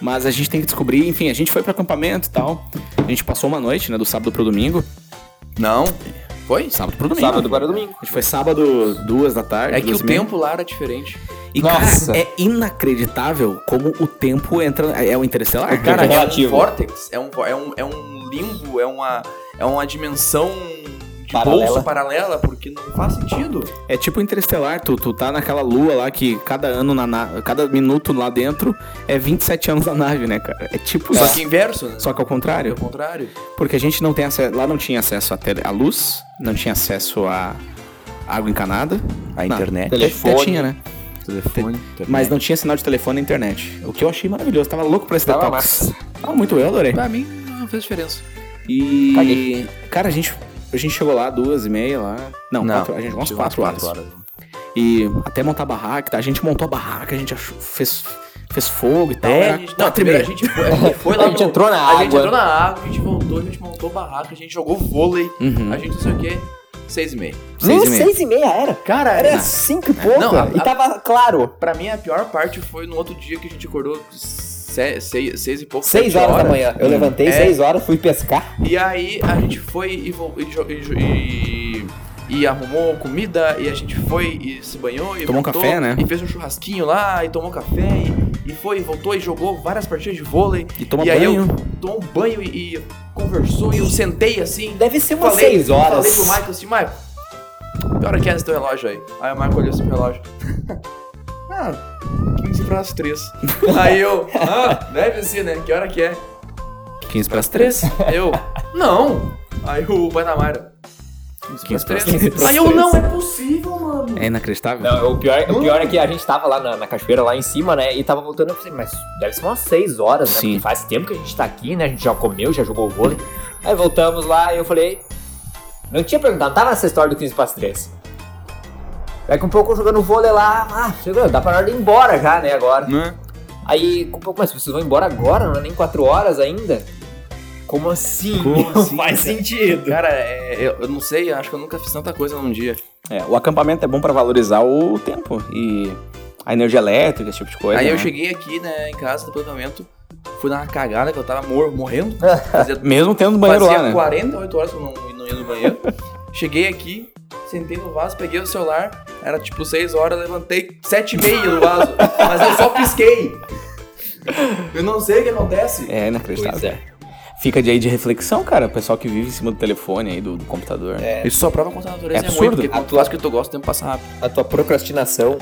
S1: Mas a gente tem que descobrir, enfim, a gente foi pro acampamento e tal. A gente passou uma noite, né, do sábado pro domingo.
S2: Não. Foi?
S1: Sábado pro domingo.
S4: Sábado para domingo.
S1: A gente foi sábado, duas da tarde.
S2: É que o
S1: duas e meia.
S2: tempo lá era diferente.
S1: E,
S4: Nossa.
S1: cara, é inacreditável como o tempo entra. É o interestelar.
S2: Cara, é um
S4: relativo.
S2: vortex, é um, vo- é um, é um limbo, é uma, é uma dimensão de
S4: Paralela.
S2: bolso paralela, porque não faz sentido.
S1: É tipo interestelar, tu, tu tá naquela lua lá que cada ano, na, na- cada minuto lá dentro é 27 anos da nave, né, cara? É tipo
S2: Só
S1: isso.
S2: que inverso, né?
S1: Só que ao
S2: É
S1: contrário,
S2: o contrário.
S1: porque a gente não tem acesso. Lá não tinha acesso à, tele, à luz, não tinha acesso à água encanada.
S2: A
S1: Não.
S2: internet,
S1: Até-
S4: Telefone.
S1: Até tinha, né?
S2: telefone,
S1: Mas não tinha sinal de telefone e internet. O que eu achei maravilhoso. Tava louco pra esse
S4: Tava
S1: detox. Tava muito eu, adorei.
S2: Pra mim, não fez diferença.
S1: E.
S4: Caguei.
S1: Cara, a gente, a gente chegou lá duas e meia lá. Não, quatro, a gente umas
S2: Chegou
S1: quatro horas. E até montar a barraca, tá? a gente montou a barraca, a gente achou- fez, fez fogo e tal.
S2: É,
S1: era
S2: a gente, não,
S1: quatro e meia.
S2: primeiro a gente foi, a gente foi lá
S4: A gente
S2: no-
S4: entrou na
S2: a gente
S4: água.
S2: entrou na água, a gente voltou, a gente montou barraca, a gente jogou vôlei,
S1: Uhum.
S2: a gente não sei o quê, seis e meia.
S1: Seis e meia.
S4: e meia era.
S2: Cara,
S4: Era cinco e pouco.
S2: Não, a-
S4: E tava claro.
S2: pra mim a pior parte foi no outro dia que a gente acordou se- seis, seis e pouco,
S4: Seis
S2: sete
S4: horas da manhã. Eu levantei
S2: É.
S4: seis horas, fui pescar.
S2: E aí a gente foi e, vo- e jo- e jo- e- e arrumou comida, e a gente foi e se banhou e
S1: Tomou um
S2: voltou,
S1: café, né?
S2: E fez um churrasquinho lá, e tomou café, e, e foi, e voltou, e jogou várias partidas de vôlei.
S1: E toma
S2: e aí eu
S1: banho.
S2: tomou um banho e, e conversou, e eu sentei assim.
S4: Deve ser umas
S2: Falei,
S4: seis horas.
S2: falei pro Michael assim, Michael, que hora que é esse teu relógio aí? Aí o Michael olhou assim pro relógio. ah, 15 para as 3. aí eu, ah, deve ser, né? Que hora que é?
S1: 15 pras três.
S2: Três. Eu, não. Aí o Guanamara. 15
S1: pras
S2: pras
S1: três.
S2: três. Aí eu, não, é possível, mano.
S1: É inacreditável.
S4: Não, o pior, o pior é que a gente tava lá na, na cachoeira, lá em cima, né? E tava voltando, eu falei, mas deve ser umas 6 horas, né?
S1: Sim.
S4: Porque faz tempo que a gente tá aqui, né? A gente já comeu, já jogou vôlei. Aí voltamos lá e eu falei, não tinha perguntado, tava nessa história do 15 para 3. Aí com um pouco eu jogando vôlei lá, ah, chegou, dá pra hora de ir embora já, né, agora. Aí com um pouco, mas vocês vão embora agora, não é nem 4 horas ainda? Como assim? não faz sentido.
S2: Cara, é, eu, eu não sei, acho que eu nunca fiz tanta coisa num dia.
S1: É, o acampamento é bom pra valorizar o tempo e a energia elétrica, esse tipo de coisa.
S2: aí eu
S1: né?
S2: cheguei aqui, né, em casa, do acampamento. Fui dar uma cagada que eu tava mor- morrendo. Fazia
S1: Mesmo tendo banheiro
S2: Fazia
S1: lá, né?
S2: 48 horas que eu não, não ia no banheiro. Cheguei aqui, sentei no vaso, peguei o celular, era tipo 6 horas, levantei 7 e meia no vaso. mas eu só pisquei. Eu não sei o que acontece.
S1: É inacreditável. Fica de aí de reflexão, cara. O pessoal que vive em cima do telefone aí, do, do computador.
S2: Isso só prova quanto a
S1: É
S2: natureza é,
S1: absurdo.
S2: ruim, porque quando tu acha que tu gosta, o tempo passa rápido.
S4: A tua procrastinação.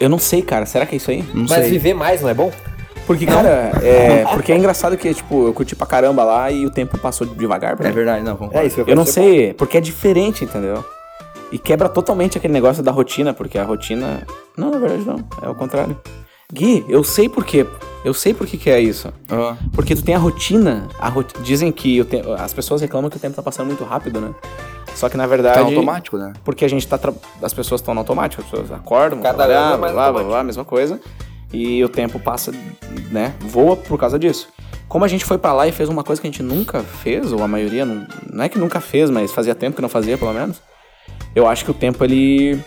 S1: Eu não sei, cara. Será que é isso aí?
S5: Não
S4: Mas
S5: sei.
S4: viver mais não é bom?
S1: Porque, cara, é, porque é engraçado que, tipo, eu curti pra caramba lá e o tempo passou devagar pra
S5: É
S1: mim.
S5: verdade, não, concordo.
S4: É isso que
S1: Eu não sei, porque é diferente, entendeu? E quebra totalmente aquele negócio da rotina, porque a rotina. Não, na verdade não. É o contrário. Gui, eu sei por quê. Eu sei por que, que é isso.
S5: Ah,
S1: Porque tu tem a rotina. A roti- Dizem que o te- as pessoas reclamam que o tempo tá passando muito rápido, né? Só que na
S2: Tá
S1: verdade.
S2: automático, né?
S1: porque a gente tá. tra- As pessoas estão no automático, as pessoas acordam, vão
S4: Cada
S1: trabalhar,
S4: ano é
S1: blá,
S4: mais
S1: blá, blá,
S4: automático.
S1: blá, mesma coisa. E o tempo passa, né? Voa por causa disso. Como a gente foi pra lá e fez uma coisa que a gente nunca fez, ou a maioria não, não é que nunca fez, mas fazia tempo que não fazia, pelo menos. Eu acho que o tempo ele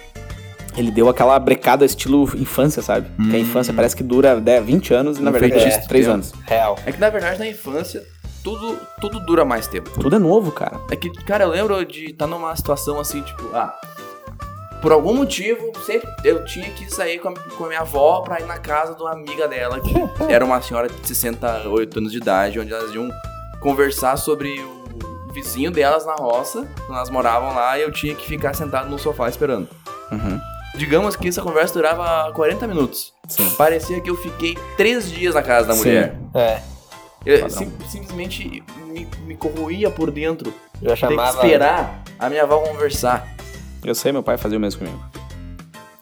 S1: ele deu aquela brecada estilo infância, sabe? Que
S4: Hum.
S1: a infância parece que dura 10, 20 anos e na
S5: Um
S1: verdade
S5: feitiço
S1: é,
S5: do
S1: 3
S5: tempo.
S1: anos.
S4: Real.
S2: É que na verdade na infância tudo, tudo dura mais tempo.
S1: Tudo é novo, cara.
S2: É que, cara, eu lembro de estar numa situação assim, tipo, ah, por algum motivo, sempre eu tinha que sair com a, com a minha avó pra ir na casa de uma amiga dela, que era uma senhora de 68 anos de idade, onde elas iam conversar sobre o vizinho delas na roça, quando elas moravam lá, e eu tinha que ficar sentado no sofá esperando.
S1: Uhum.
S2: Digamos que essa conversa durava 40 minutos.
S1: Sim.
S2: Parecia que eu fiquei três dias na casa da
S1: Sim.
S2: mulher.
S4: É.
S2: Eu,
S1: Padrão.
S2: sim- simplesmente me, me corroía por dentro
S4: Já chamava.
S2: tem que esperar a minha avó conversar.
S1: Eu sei, meu pai fazia o mesmo comigo.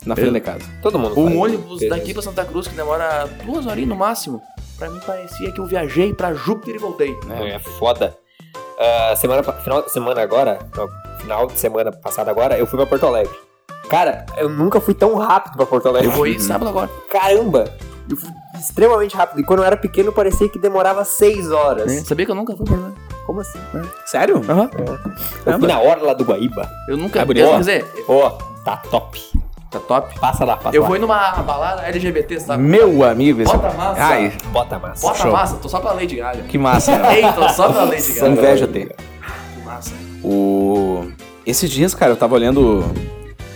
S1: Na frente da casa.
S4: Todo mundo.
S2: Um
S4: faz
S2: ônibus
S4: isso.
S2: daqui pra Santa Cruz, que demora duas horinhas no máximo, pra mim parecia que eu viajei pra Júpiter e voltei.
S4: É, é foda. Ah, semana, pa- final de semana agora, no final de semana passada agora, eu fui pra Porto Alegre. Cara, eu nunca fui tão rápido pra Porto Alegre.
S2: Eu vou ir sábado agora.
S4: Caramba! Eu fui extremamente rápido. E quando eu era pequeno, parecia que demorava seis horas.
S2: Sabia que eu nunca fui pra lá?
S4: Como assim?
S1: Sério?
S4: Eu fui na orla do Guaíba.
S2: Eu nunca.
S1: É bonito.
S2: quer dizer,
S4: Ó, tá top.
S2: tá top.
S4: Passa lá, passa
S2: Eu
S4: lá.
S2: fui numa balada LGBT, sabe?
S1: Meu amigo, esse...
S2: Tá Bota massa.
S1: Ai,
S4: Bota massa.
S2: Bota
S1: show.
S2: massa, tô só pra Lady Gaga.
S1: que massa, né?
S2: Ei, tô só pra Lady
S1: Só
S2: Gaga.
S1: inveja ter.
S2: Que massa.
S1: O... Esses dias, cara, eu tava olhando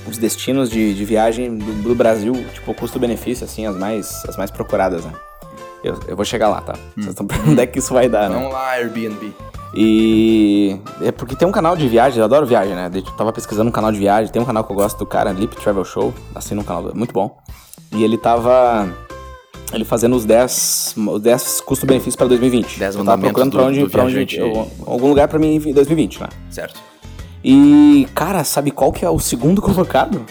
S1: os destinos de, de viagem do, do Brasil, tipo, custo-benefício, assim, as mais, as mais procuradas, né? Eu, eu vou chegar lá, tá? Vocês
S2: Hum.
S1: estão perguntando onde é que isso vai dar, né?
S2: Vamos um lá, Airbnb.
S1: E é porque tem um canal de viagem, eu adoro viagem, né? Eu tava pesquisando um canal de viagem, tem um canal que eu gosto do cara, Lip Travel Show, assina um canal, do- muito bom. E ele tava ele fazendo os 10, os 10 custo-benefício pra 2020.
S2: 10
S1: eu tava procurando
S2: mandamentos
S1: pra
S2: do-
S1: onde,
S2: do
S1: pra onde
S2: viajante.
S1: eu- algum lugar pra mim em 2020, né?
S2: Certo.
S1: E, cara, sabe qual que é o segundo colocado?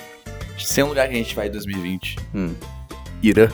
S2: Sem lugar que a gente vai em 2020.
S1: Hum.
S2: Irã.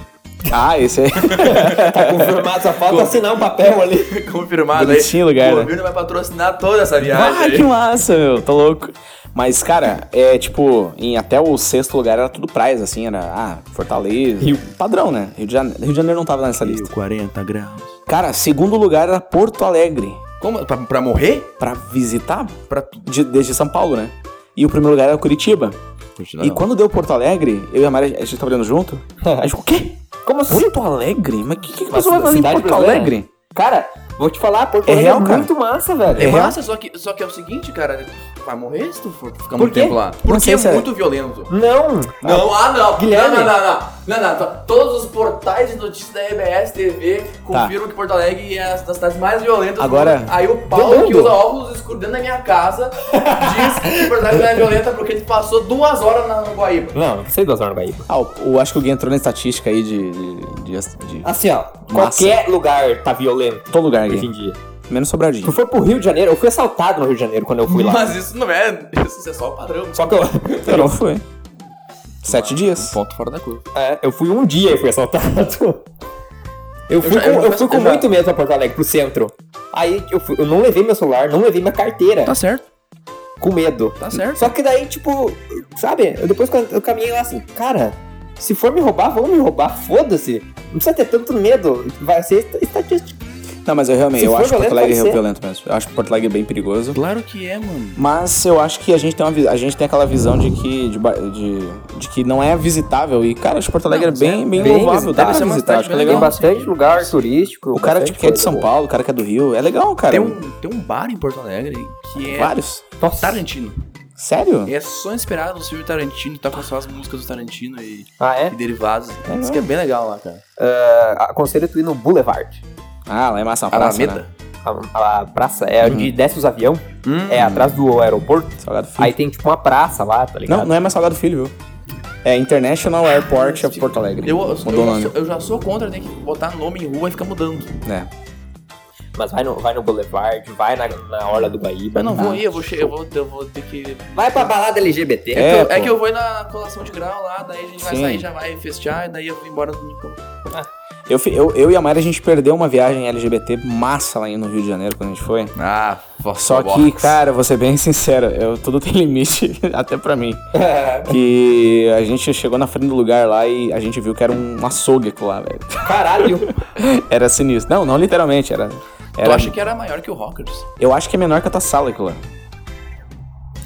S1: Ah, esse é
S4: Tá confirmado, só falta assinar um papel ali.
S2: Confirmado aí.
S1: bonitinho o lugar,
S2: o
S1: né?
S2: governo vai patrocinar toda essa
S1: Ah,
S2: viagem.
S1: que massa, meu, tô louco. Mas, cara, é tipo, em até o sexto lugar era tudo praias, assim, era ah, Fortaleza. Rio. Padrão, né? Rio de Janeiro, Rio de Janeiro não tava nessa lista.
S5: 40 graus.
S1: Cara, segundo lugar era Porto Alegre,
S2: Como? Pra, pra morrer?
S1: pra visitar
S2: Pra tu.
S1: de- desde São Paulo, né? E o primeiro lugar era Curitiba.
S2: Continua.
S1: e quando deu Porto Alegre, eu e a Maria, a gente tava olhando junto, a gente ficou, o quê?
S4: Como assim?
S1: Porto Alegre? Mas o que, que a
S4: Uma
S1: pessoa vai fazer em
S4: cidade
S1: Porto
S4: brasileira.
S1: Alegre?
S4: Cara, vou te falar, Porto
S1: É
S4: Alegre é,
S1: real, cara.
S4: muito massa, velho.
S2: É
S1: É
S2: massa, só que, só que é o seguinte, cara. tu Vai morrer se tu for ficar muito
S4: quê?
S2: tempo lá.
S1: Não
S2: Porque
S1: sei
S2: é
S1: se é-
S2: muito violento.
S4: Não!
S2: Não, ah não.
S4: Guilherme.
S2: Não, não, não, não. Não, não. To- Todos os portais de notícias da RBS TV confirmam que Porto Alegre é uma das cidades mais violentas. do
S1: Agora-
S2: mundo. Aí o Paulo,
S4: Violento.
S2: que usa óculos escuros dentro da minha casa, diz que Porto Alegre é violenta porque ele passou duas horas na no Guaíba.
S4: Não, não sei duas horas no Bahia.
S1: Ah, o- eu acho que o Gui entrou na estatística aí de. de, de, de
S4: Assim, ó, qualquer lugar tá violento
S1: todo lugar,
S4: hoje
S1: Gui.
S4: em dia.
S1: Menos Sobradinho.
S4: Tu foi pro Rio de Janeiro, eu fui assaltado no Rio de Janeiro quando eu fui lá.
S2: Mas isso não é. Isso é só o padrão.
S4: Só que eu.
S1: Eu não fui. Sete dias.
S2: Um Ponto fora da curva.
S4: É, eu fui um dia e fui assaltado. Eu fui
S2: já-
S4: com,
S2: eu já
S4: eu fui com
S2: eu já-
S4: muito medo pra Porto Alegre, pro centro. Aí eu, fui- eu não levei meu celular, não levei minha carteira,
S2: Tá certo,
S4: com medo.
S2: tá certo.
S4: Só que daí, tipo, sabe? Eu depois quando eu caminhei lá assim, cara, se for me roubar, vão me roubar, foda-se. Não precisa ter tanto medo, vai ser esta- estatística.
S1: Não, mas eu realmente,
S4: Se
S1: eu
S4: for
S1: acho que
S4: violento,
S1: Porto Alegre
S4: vai
S1: é
S4: ser.
S1: violento mesmo. Eu acho que Porto Alegre é bem perigoso.
S2: Claro que é, mano.
S1: Mas eu acho que a gente tem, uma, vi- a gente tem aquela visão de que, de, ba- de, de que não é visitável. E, cara, acho que Porto Alegre é bem, bem,
S4: bem
S1: louvável. Dá pra
S4: visitável, é uma
S1: visitar,
S2: cidade
S1: acho que é
S2: bem
S1: legal.
S4: Tem bastante lugar turístico.
S1: O cara
S4: bastante
S1: tipo, que é de
S4: coisa
S1: São
S4: boa.
S1: Paulo, o cara que é do Rio. É legal, cara.
S2: Tem um, tem um bar em Porto Alegre que é
S1: Vários. né?
S2: Tarantino.
S1: Sério?
S2: É só inspirado no filme Tarantino, toca só as músicas do Tarantino e,
S4: Ah, é?
S2: e derivados. Isso que é bem legal lá, cara.
S4: Ah, aconselho tu ir no Boulevard.
S1: Ah, lá é massa, uma praça, né?
S2: Alameda?
S4: A, a praça é onde
S1: Hum.
S4: desce os aviões. É atrás do aeroporto.
S1: Salgado Filho.
S4: Aí tem tipo uma praça lá, tá ligado?
S1: Não, não é mais Salgado Filho, viu? É International Airport of Porto Alegre.
S2: Eu, eu, eu,
S1: Mudou o
S2: já
S1: nome.
S2: sou, eu já sou contra ter que botar nome em rua e ficar mudando.
S1: É.
S4: Mas vai no, vai no Boulevard, vai na, na Orla do Guaíba.
S2: Eu não vou
S4: Ah.
S2: ir, eu vou, che- eu vou, eu vou ter que.
S4: Vai pra balada LGBT.
S1: É,
S2: É,
S1: pô.
S2: que eu vou ir na colação de grau lá, daí a gente vai
S1: Sim.
S2: sair, já vai festear, e daí eu vou embora no domingo.
S1: Eu, fi- eu, eu e a Mayra, a gente perdeu uma viagem LGBT massa lá no Rio de Janeiro quando a gente foi.
S2: Ah,
S1: Só que, cara, vou ser bem sincero, eu, tudo tem limite, até pra mim. É. que a gente chegou na frente do lugar lá e a gente viu que era um açougue aquilo lá, velho.
S4: Caralho.
S1: Era sinistro. Não, não literalmente, era.
S2: Tu
S1: era
S2: acha que era maior que o Rockers?
S1: Eu acho que é menor que a tua sala aquilo lá.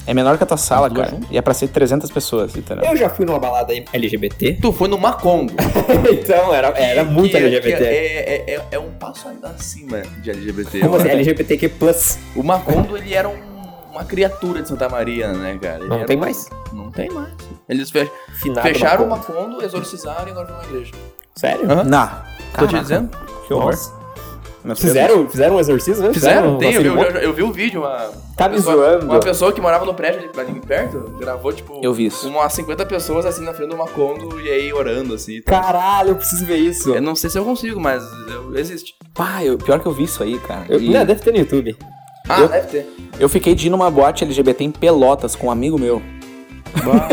S1: É menor que a tua sala,
S2: duas
S1: cara. E é pra ser 300 pessoas, literal.
S4: Eu já fui numa balada LGBT.
S2: Tu foi no Macondo.
S4: então, era, era muito
S2: Que- é, que
S4: LGBT.
S2: é, é- é- é um passo ainda acima de
S1: é?
S2: LGBT.
S4: Como
S2: eu
S4: assim?
S2: acho.
S4: LGBTQ+.
S2: O Macondo, ele era um- uma criatura de Santa Maria, né, cara? Ele
S4: Não
S2: era
S4: tem
S2: um-
S4: mais.
S2: Não tem mais. Eles fe-
S4: Finado
S2: fecharam o
S4: uma...
S2: Macondo, exorcizaram e agora vão na igreja.
S4: Sério?
S2: Hã?
S1: Não.
S2: Tô te dizendo?
S4: Que horror.
S1: Mas
S4: Fizeram, fizeram um exorcismo? né?
S2: Fizeram?
S4: uma
S2: Tem, eu, vi-
S4: cerimônia?
S2: eu- eu vi o vídeo, uma.
S4: Tá
S2: uma
S4: me
S2: pessoa-
S4: zoando.
S2: Uma pessoa que morava no prédio ali, ali perto, gravou, tipo,
S1: Eu vi isso.
S2: umas 50 pessoas assim na frente do Macondo e aí orando, assim. e tal.
S4: Caralho, eu preciso ver isso.
S2: Eu não sei se eu consigo, mas eu- existe.
S1: Pá, eu, pior que eu vi isso aí, cara.
S4: Eu-
S1: E
S4: Não, deve ter no YouTube.
S2: Ah,
S1: Eu-
S2: deve ter.
S1: Eu fiquei de ir numa boate LGBT em Pelotas com um amigo meu.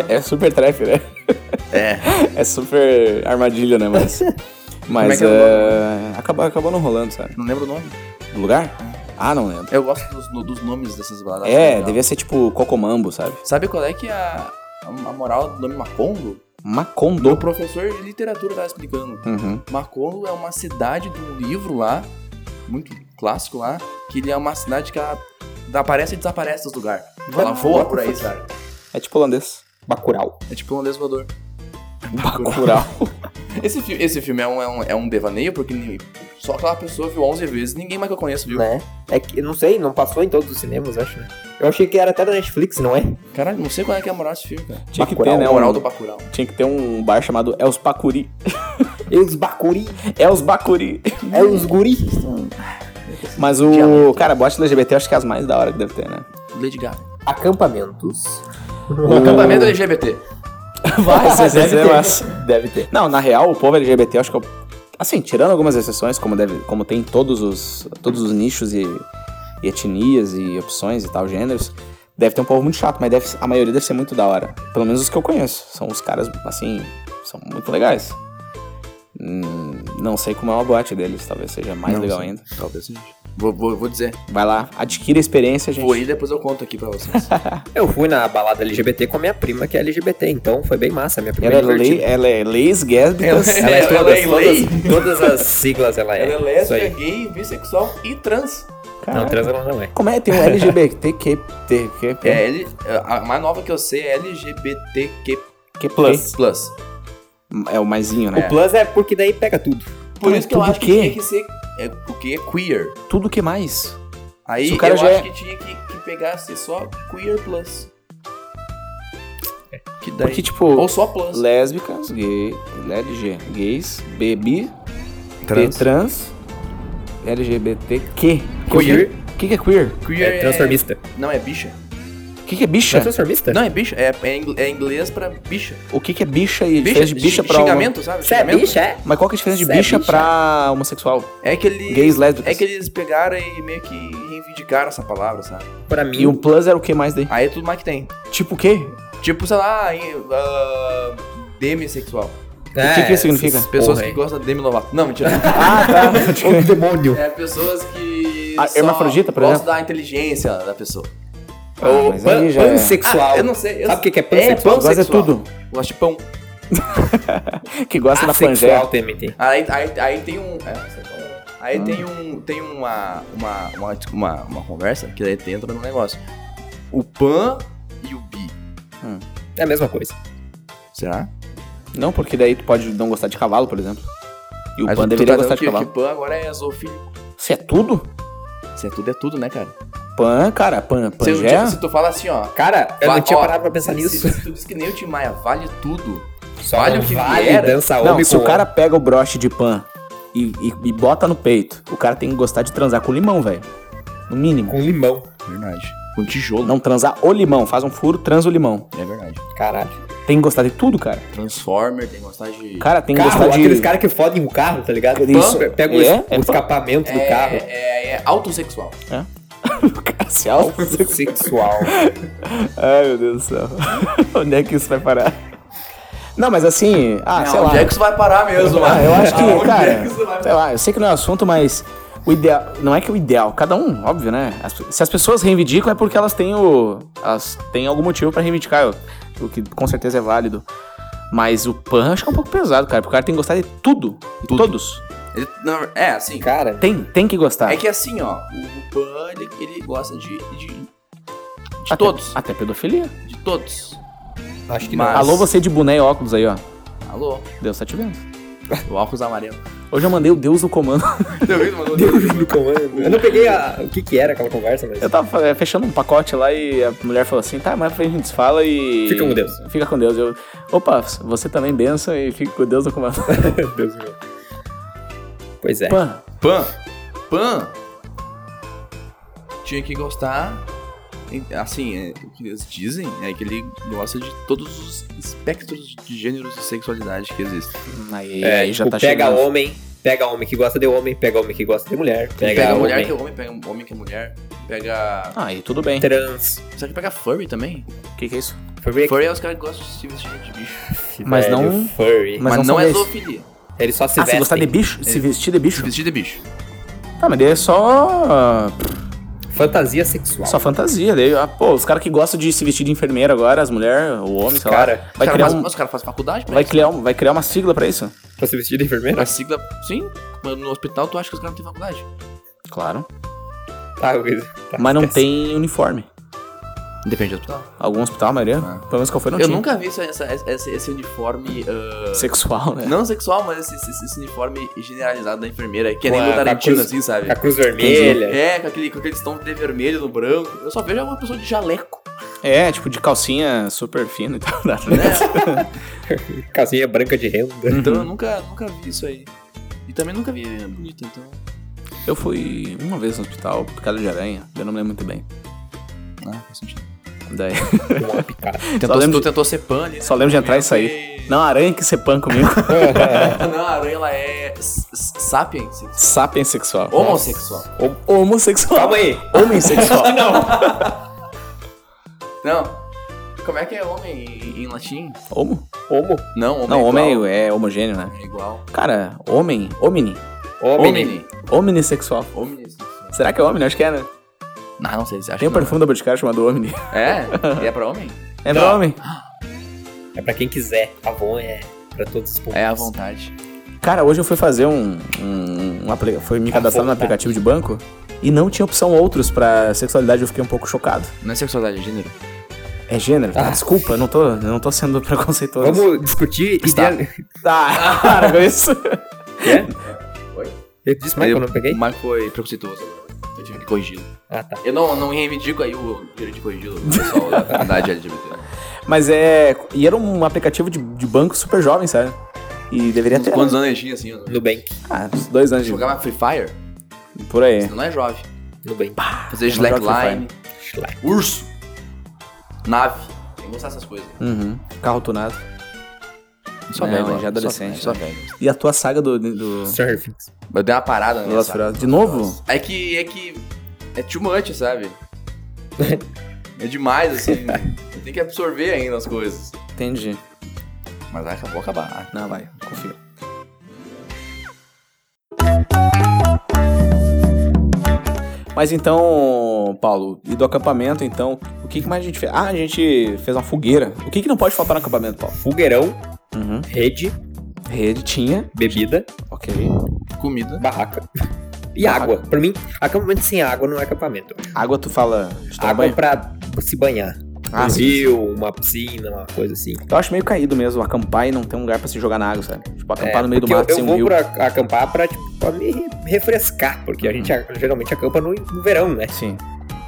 S1: É super trap, né? É. É super armadilha, né? Mas. Mas
S2: Como é que
S1: é, acabou, acabou não rolando, sabe?
S2: Não lembro o nome.
S1: No lugar? Ah, não lembro.
S2: Eu gosto dos, no- dos nomes dessas baladas.
S1: É,
S2: Legal.
S1: devia ser tipo Cocomambo, sabe?
S2: Sabe qual é que é a, a moral do nome Macondo? O
S1: Macondo.
S2: professor de literatura tava explicando.
S1: Uhum.
S2: Macondo é uma cidade de um livro lá, muito clássico lá, que ele é uma cidade que ela aparece e desaparece dos lugares. Ela voa por aí, sabe?
S1: É tipo holandês.
S4: Bacurau.
S2: É tipo um holandês voador.
S1: Um Bacurau.
S2: Esse, fi- esse filme é um, é um, é um devaneio, porque nem- só aquela pessoa viu 11 vezes, ninguém mais que eu conheço viu.
S4: Né? É que, eu não sei, não passou em todos os cinemas, eu acho, né? Eu achei que era até da Netflix, não é?
S2: Caralho, não sei qual é que é a moral desse filme, cara.
S1: Tinha que
S4: Bacurau,
S1: ter, né?
S2: a
S1: um-
S2: moral do Bacurau.
S1: Tinha que ter um bar chamado Els Bacuri.
S4: É os Bacuri,
S1: É os Bacuri.
S4: é os Guri.
S1: Mas o. Cara, boate LGBT eu acho que é as mais da hora que deve ter, né?
S2: Lady Gaga.
S4: Acampamentos.
S2: O
S1: Um
S2: acampamento LGBT.
S1: Vai, se
S4: Deve
S1: quiser,
S4: ter.
S1: mas-
S4: Deve ter.
S1: Não, na real, o povo LGBT, eu acho que é o- Assim, tirando algumas exceções, como, deve, como tem todos os, todos os nichos e, e etnias e opções e tal, gêneros, deve ter um povo muito chato, mas deve- a maioria deve ser muito da hora. Pelo menos os que eu conheço. São os caras, assim, são muito legais. Hum, não sei como é uma boate deles, talvez seja mais
S2: Não
S1: legal
S2: sei.
S1: ainda.
S2: Talvez seja. Vou, vou, vou dizer.
S1: Vai lá, adquira a experiência, gente. É.
S2: Vou ir e depois eu conto aqui pra vocês.
S4: Eu fui na balada LGBT com a minha prima, que é LGBT, então foi bem massa. Minha prima
S1: Ela é,
S4: divertida.
S1: lei, ela é leis lésbicas.
S2: Ela-
S4: Ela é
S2: ela
S4: todas,
S2: é lei?
S4: todas, todas as siglas ela é.
S2: Ela é
S4: Isso aí.
S2: lésbica, gay, bissexual e trans.
S4: Não,
S1: Caraca.
S4: trans ela não é.
S1: Como é? Tem um LGBTQ.
S2: É L, a mais nova que eu sei é LGBTQ+.
S1: Que plus. É o maisinho, né?
S4: O plus é porque daí pega tudo.
S2: Por
S1: Ah,
S2: isso que eu
S1: tudo
S2: acho que
S1: quê?
S2: tinha que ser é, o que é queer.
S1: Tudo que mais.
S2: Aí
S1: Se o cara
S2: eu
S1: já
S2: acho
S1: é-
S2: que tinha que, que pegar ser só queer plus. Que daí...
S1: Porque, tipo,
S2: Ou só plus.
S1: lésbicas, gay, LG, gays, baby,
S2: Trans.
S1: trans, trans LGBTQ.
S2: Queer.
S1: O que, que é queer?
S2: Queer
S4: É transformista.
S2: Não, é bicha.
S1: O que, que é
S4: Não é
S1: bicha?
S4: transformista?
S2: Não, é bicha. É, é ingl- é inglês pra bicha.
S1: O que, que é bicha e
S2: Bicha,
S1: diferença de bicha
S2: xing-
S1: pra um- homo-
S2: xingamento, sabe?
S4: Você é
S2: Xingamento.
S4: bicha, é?
S1: Mas qual que é a diferença de
S4: Cê é
S1: bicha,
S4: bicha?
S1: pra homossexual?
S2: É que ele...
S1: Gays, lésbicas.
S2: É que eles pegaram e meio que reivindicaram essa palavra, sabe?
S4: Pra
S1: E
S4: mim,
S1: o plus era o que mais daí?
S2: Aí é tudo mais que tem.
S1: Tipo o quê?
S2: Tipo, sei lá, em, ah, demissexual.
S4: É,
S1: que que isso significa?
S4: essas
S2: Pessoas
S4: porra
S2: que
S4: aí.
S2: gostam de Demi Lovato. Não, mentira.
S1: Ah, tá.
S4: O demônio.
S2: é pessoas que.
S1: Ah,
S2: só
S1: hermafrodita, por
S2: gostam
S1: exemplo?
S2: da inteligência da pessoa.
S1: Ah, mas aí já é-
S4: pansexual.
S2: Ah, eu não sei. Eu
S4: Sabe o que que é
S2: pansexual?
S4: pansexual?
S1: Gosta de
S2: É pansexual.
S1: tudo. tá
S2: Eu gosto de pão.
S1: Que gosta é da
S4: Assexual
S1: pangéia.
S4: TMT.
S2: Aí, aí, aí tem um. É, sexual. Aí tem, um, tem uma, uma, uma, uma, uma conversa que daí entra no negócio. O pan e o bi.
S4: É a mesma coisa.
S2: Será?
S1: Não, porque daí tu pode não gostar de cavalo, por exemplo. E o
S2: Mas
S1: pan
S2: tu
S1: deveria
S2: tá
S1: gostar de
S2: dizendo que,
S1: cavalo.
S2: que pan agora é zoofílico.
S1: Isso é tudo?
S2: Isso é tudo, é tudo, né, cara?
S1: Pan, cara, pan, é?
S2: Se, eu-
S1: pangé.
S2: se tu fala assim, ó.
S4: Cara, eu
S2: va-
S4: não tinha
S2: ó,
S4: parado pra pensar
S2: se-
S4: nisso.
S2: Se tu diz que nem o Tim Maia vale tudo,
S4: Só
S2: vale
S4: não
S2: o que
S4: vale
S2: vier.
S4: dança
S1: Não,
S4: homem
S1: se o
S4: com
S1: cara pega o broche de pan e, e- e bota no peito, o cara tem que gostar de transar com limão, velho. No mínimo.
S4: com limão.
S2: Verdade. Com tijolo.
S1: Não transar o limão, faz um furo, transa o limão.
S2: É verdade.
S4: Caralho.
S1: Tem que gostar de tudo, cara.
S2: Transformer, tem que gostar de.
S1: Cara, tem que
S4: Carro,
S1: gostar de.
S4: aqueles caras que fodem o carro, tá ligado?
S1: Isso.
S4: Pega pega o,
S1: É,
S4: es-
S1: é
S4: o
S1: pã.
S4: escapamento do
S2: é,
S4: carro.
S2: É, é autossexual.
S1: Cassial.
S4: Sexual.
S1: Ai, meu Deus do céu. Onde é que isso vai parar? Não, mas assim, ah,
S2: Não,
S1: sei lá.
S2: onde é que isso vai parar mesmo,
S1: Ah,
S2: mano?
S1: eu acho que,
S2: Aonde
S1: cara,
S2: é que isso vai
S1: sei lá, eu sei que não é assunto, mas o ideal, não é que o ideal, cada um, óbvio, né? As- se as pessoas reivindicam é porque elas têm o elas têm algum motivo pra reivindicar, eu- o que com certeza é válido. Mas o pan acho que é um pouco pesado, cara, porque o cara tem que gostar de tudo, de
S2: Tudo.
S1: todos.
S2: Ele- não, é, assim.
S4: Cara,
S1: Tem, tem que gostar.
S2: É que assim, ó, o, o Pan, ele, ele gosta de. de, de
S1: até,
S2: todos.
S1: Até pedofilia.
S2: De todos.
S4: acho que
S2: Mas-
S4: não.
S1: Alô, você de boné e óculos aí, ó.
S2: Alô?
S1: Deus tá te vendo.
S2: O óculos amarelo.
S1: Hoje eu mandei o Deus no comando.
S4: Deus do comando. Eu não peguei a- o que que era aquela conversa, mas...
S1: Eu tava é, fechando um pacote lá e a mulher falou assim: tá, mas a gente se fala e.
S4: Fica com Deus.
S1: Fica com Deus. Eu, opa, você também benção e fica com Deus no comando.
S4: É. Deus meu. Pois é.
S1: Pã,
S2: Pan. Pan. Tinha que gostar. em- Assim, é, o que eles dizem é que ele gosta de todos os espectros de gêneros e sexualidade que existem.
S1: Aí,
S4: É,
S1: aí já
S4: tipo,
S1: tá
S4: pega
S1: chegando.
S4: homem, pega homem que gosta de homem, pega homem que gosta de mulher, pega,
S2: Pega, mulher
S4: homem
S2: que é homem, pega homem que é mulher, pega.
S1: Aí Ah, tudo bem.
S4: trans.
S2: Será que pega furry também?
S1: O que, que é isso?
S4: Furry,
S2: Furry é os caras que gostam de se vestir de bicho.
S1: Mas
S4: velho,
S1: não-
S4: Furry.
S1: Mas
S2: Mas,
S1: não
S2: não,
S1: são
S2: é
S1: gays.
S2: zoofilia.
S4: Ele só se
S1: Ah, se
S4: veste.
S1: gostar de bicho? Se vestir de bicho?
S2: Se vestir de bicho.
S1: Tá, mas daí é só.
S4: Fantasia sexual.
S1: Só fantasia. Daí, ah, pô, os caras que gostam de se vestir de enfermeira agora, as mulheres, o homem, sei lá.
S4: Cara, tá
S1: Vai criar,
S2: os caras
S1: um-
S2: faz- os caras fazem faculdade,
S1: vai, criar um- vai criar uma sigla pra isso?
S4: pra se vestir de enfermeira?
S2: A sigla, sim, mas no hospital tu acha que os caras não têm faculdade.
S1: Claro.
S4: Tá, Luiz. Tá,
S1: Mas não
S4: esquece.
S1: tem uniforme.
S2: Depende do hospital.
S1: Algum hospital, a maioria?
S2: Ah.
S1: Pelo menos que eu fui, não
S2: eu
S1: tinha.
S2: nunca vi essa, essa- essa- esse, esse uniforme. ah,
S1: Sexual, né?
S2: Não sexual, mas esse, esse- esse uniforme generalizado da enfermeira, que é
S4: Com
S2: nem
S4: a-
S2: do
S4: com a
S2: Tarantino,
S4: cruz-
S2: assim, sabe?
S4: Com a cruz vermelha.
S2: É, com aquele, com aquele tom de vermelho no branco. Eu só vejo uma pessoa de jaleco.
S1: É, tipo, de calcinha super fina e tal.
S2: Né?
S4: Casinha branca de renda.
S2: então
S1: Uhum.
S2: eu nunca, nunca vi isso aí. E também nunca vi bonita, então.
S1: Eu fui uma vez no hospital, picada de aranha, eu não me lembro muito bem.
S2: Ah, faz sentido.
S1: Daí,
S4: Uma
S1: Uhum.
S4: picada.
S2: Só
S1: tentou
S2: se
S1: lembro
S2: tu
S1: de,
S2: tentou ser pan ali, né?
S1: só lembro de entrar e sair.
S2: E-
S1: Não, a aranha que sepan comigo.
S2: Não, a aranha ela é s- s- sapiens,
S1: Sapien sexual.
S2: homossexual.
S1: Homossexual.
S4: Calma aí.
S1: Homem sexual.
S2: Não. Como é que é homem em, em latim?
S1: Homo?
S4: Homo.
S2: Não, homem
S1: Não,
S2: é
S1: homem
S2: igual.
S1: é homogêneo, né?
S2: É igual.
S1: Cara, homem, homini,
S4: Homem.
S2: É Homem.
S1: omnissexual.
S2: Homem.
S1: Será que é homem? Acho que é, né?
S2: Não, não sei. Acho
S1: Tem um
S2: que não.
S1: perfume da Boticário chamado Omni.
S2: É? E é pra homem?
S1: É
S4: Não.
S1: pra homem?
S4: É pra quem quiser. Avon é pra todos os pontos.
S2: É à vontade.
S1: Cara, hoje eu fui fazer um. um, um apli- foi me cadastrar no
S4: vontade.
S1: aplicativo de banco e não tinha opção outros pra sexualidade, eu fiquei um pouco chocado.
S2: Não é sexualidade, é gênero.
S1: É gênero, tá?
S4: Ah.
S1: Desculpa, eu não tô, eu não tô sendo preconceituoso.
S4: Vamos discutir
S2: Está.
S4: ideal...
S1: Ah, para com isso.
S4: Eu disse, mas eu não peguei?
S2: O Marco foi preconceituoso agora. Eu tive que corrigi-lo.
S4: Ah, tá.
S2: Eu não, não reivindico aí o direito de corrigi-lo, o pessoal da comunidade LGBT.
S1: Mas é. E era um aplicativo de, de banco super jovem, sabe? E deveria ter.
S2: Quantos anos ele tinha, assim? ó?
S4: Nubank.
S1: Ah, uns dois anos de.
S2: Jogava Free Fire?
S1: Por aí.
S2: Não é jovem.
S4: Nubank.
S2: Fazer
S1: não joga Free
S2: slackline,
S4: Schlack.
S2: urso, nave. Tem que gostar dessas coisas.
S1: Uhum. Carro tunado.
S2: Só
S1: Não,
S2: velho,
S1: já
S2: só-
S1: adolescente,
S2: Só
S1: né?
S2: velho.
S1: E a tua saga do. do...
S4: Surfing.
S2: Eu dei uma parada
S1: do
S2: nessa.
S1: Velozes e Furiosos. De novo?
S2: É que. É que. É too much, sabe? é demais, assim. Eu tenho que absorver ainda as coisas.
S1: Entendi.
S2: Mas vai, acabou acabar.
S1: Não, vai, confia. Mas então, Paulo, e do acampamento, então, o que, que mais a gente fez? Ah, a gente fez uma fogueira. O que, que não pode faltar no acampamento, Paulo?
S4: Fogueirão,
S1: Uhum.
S4: rede,
S1: Rede tinha.
S4: bebida,
S1: Ok.
S2: Comida.
S4: barraca. E água. Pra mim, acampamento sem água não é acampamento.
S1: Água, tu fala de
S4: água
S1: tomar Tá banho?
S4: é pra se banhar.
S1: Ah,
S4: um
S1: sim,
S4: rio, uma piscina, uma coisa assim.
S1: Eu acho meio caído mesmo, acampar e não ter um lugar pra se jogar na água, sabe? Tipo, acampar no meio do
S4: É, Porque eu-
S1: mato
S4: eu,
S1: sem um
S4: vou
S1: rio.
S4: pra acampar pra, tipo, pra me re- refrescar, porque a gente
S1: Uhum.
S4: a- geralmente acampa no, no verão, né?
S1: Sim.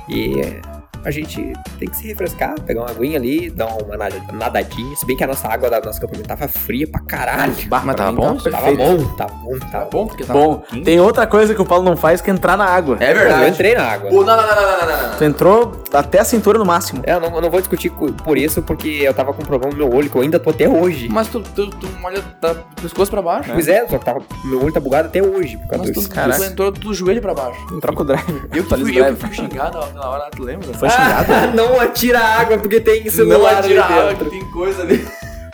S4: E é, a gente tem que se refrescar, pegar uma aguinha ali, dar uma nada- nadadinha. Se bem que a nossa água da nosso acampamento tava fria pra caralho.
S2: Mas
S1: pra
S2: tá
S1: mim
S2: bom?
S4: Tava bom, tá bom, tá
S2: Tá
S4: bom.
S2: bom, porque tá
S1: Bom, tem outra coisa que o Paulo não faz que é entrar na água.
S2: É
S4: Eu
S2: verdade.
S4: entrei na água.
S2: Ô, não, não, não, não, não, não, não.
S1: Tu entrou até a cintura no máximo.
S4: É, Eu não, eu não vou discutir co- por isso, porque eu tava com um problema no meu olho, que eu ainda tô até hoje.
S2: Mas tu, tu, tu molha tá, do pescoço pra baixo.
S4: Pois é, só que tava, meu olho tá bugado até hoje por
S2: Mas
S4: causa
S2: tu,
S4: disso.
S2: tu entrou do joelho pra baixo.
S1: Troca o drive.
S2: Eu que fui,
S1: Atualiza o
S2: eu que
S1: drive.
S2: fui xingado naquela hora, né? tu lembra?
S1: Foi xingado?
S4: Ah, não atira água, porque tem
S2: né? não
S4: celular
S2: atira
S4: ali dentro.
S2: água que tem coisa ali.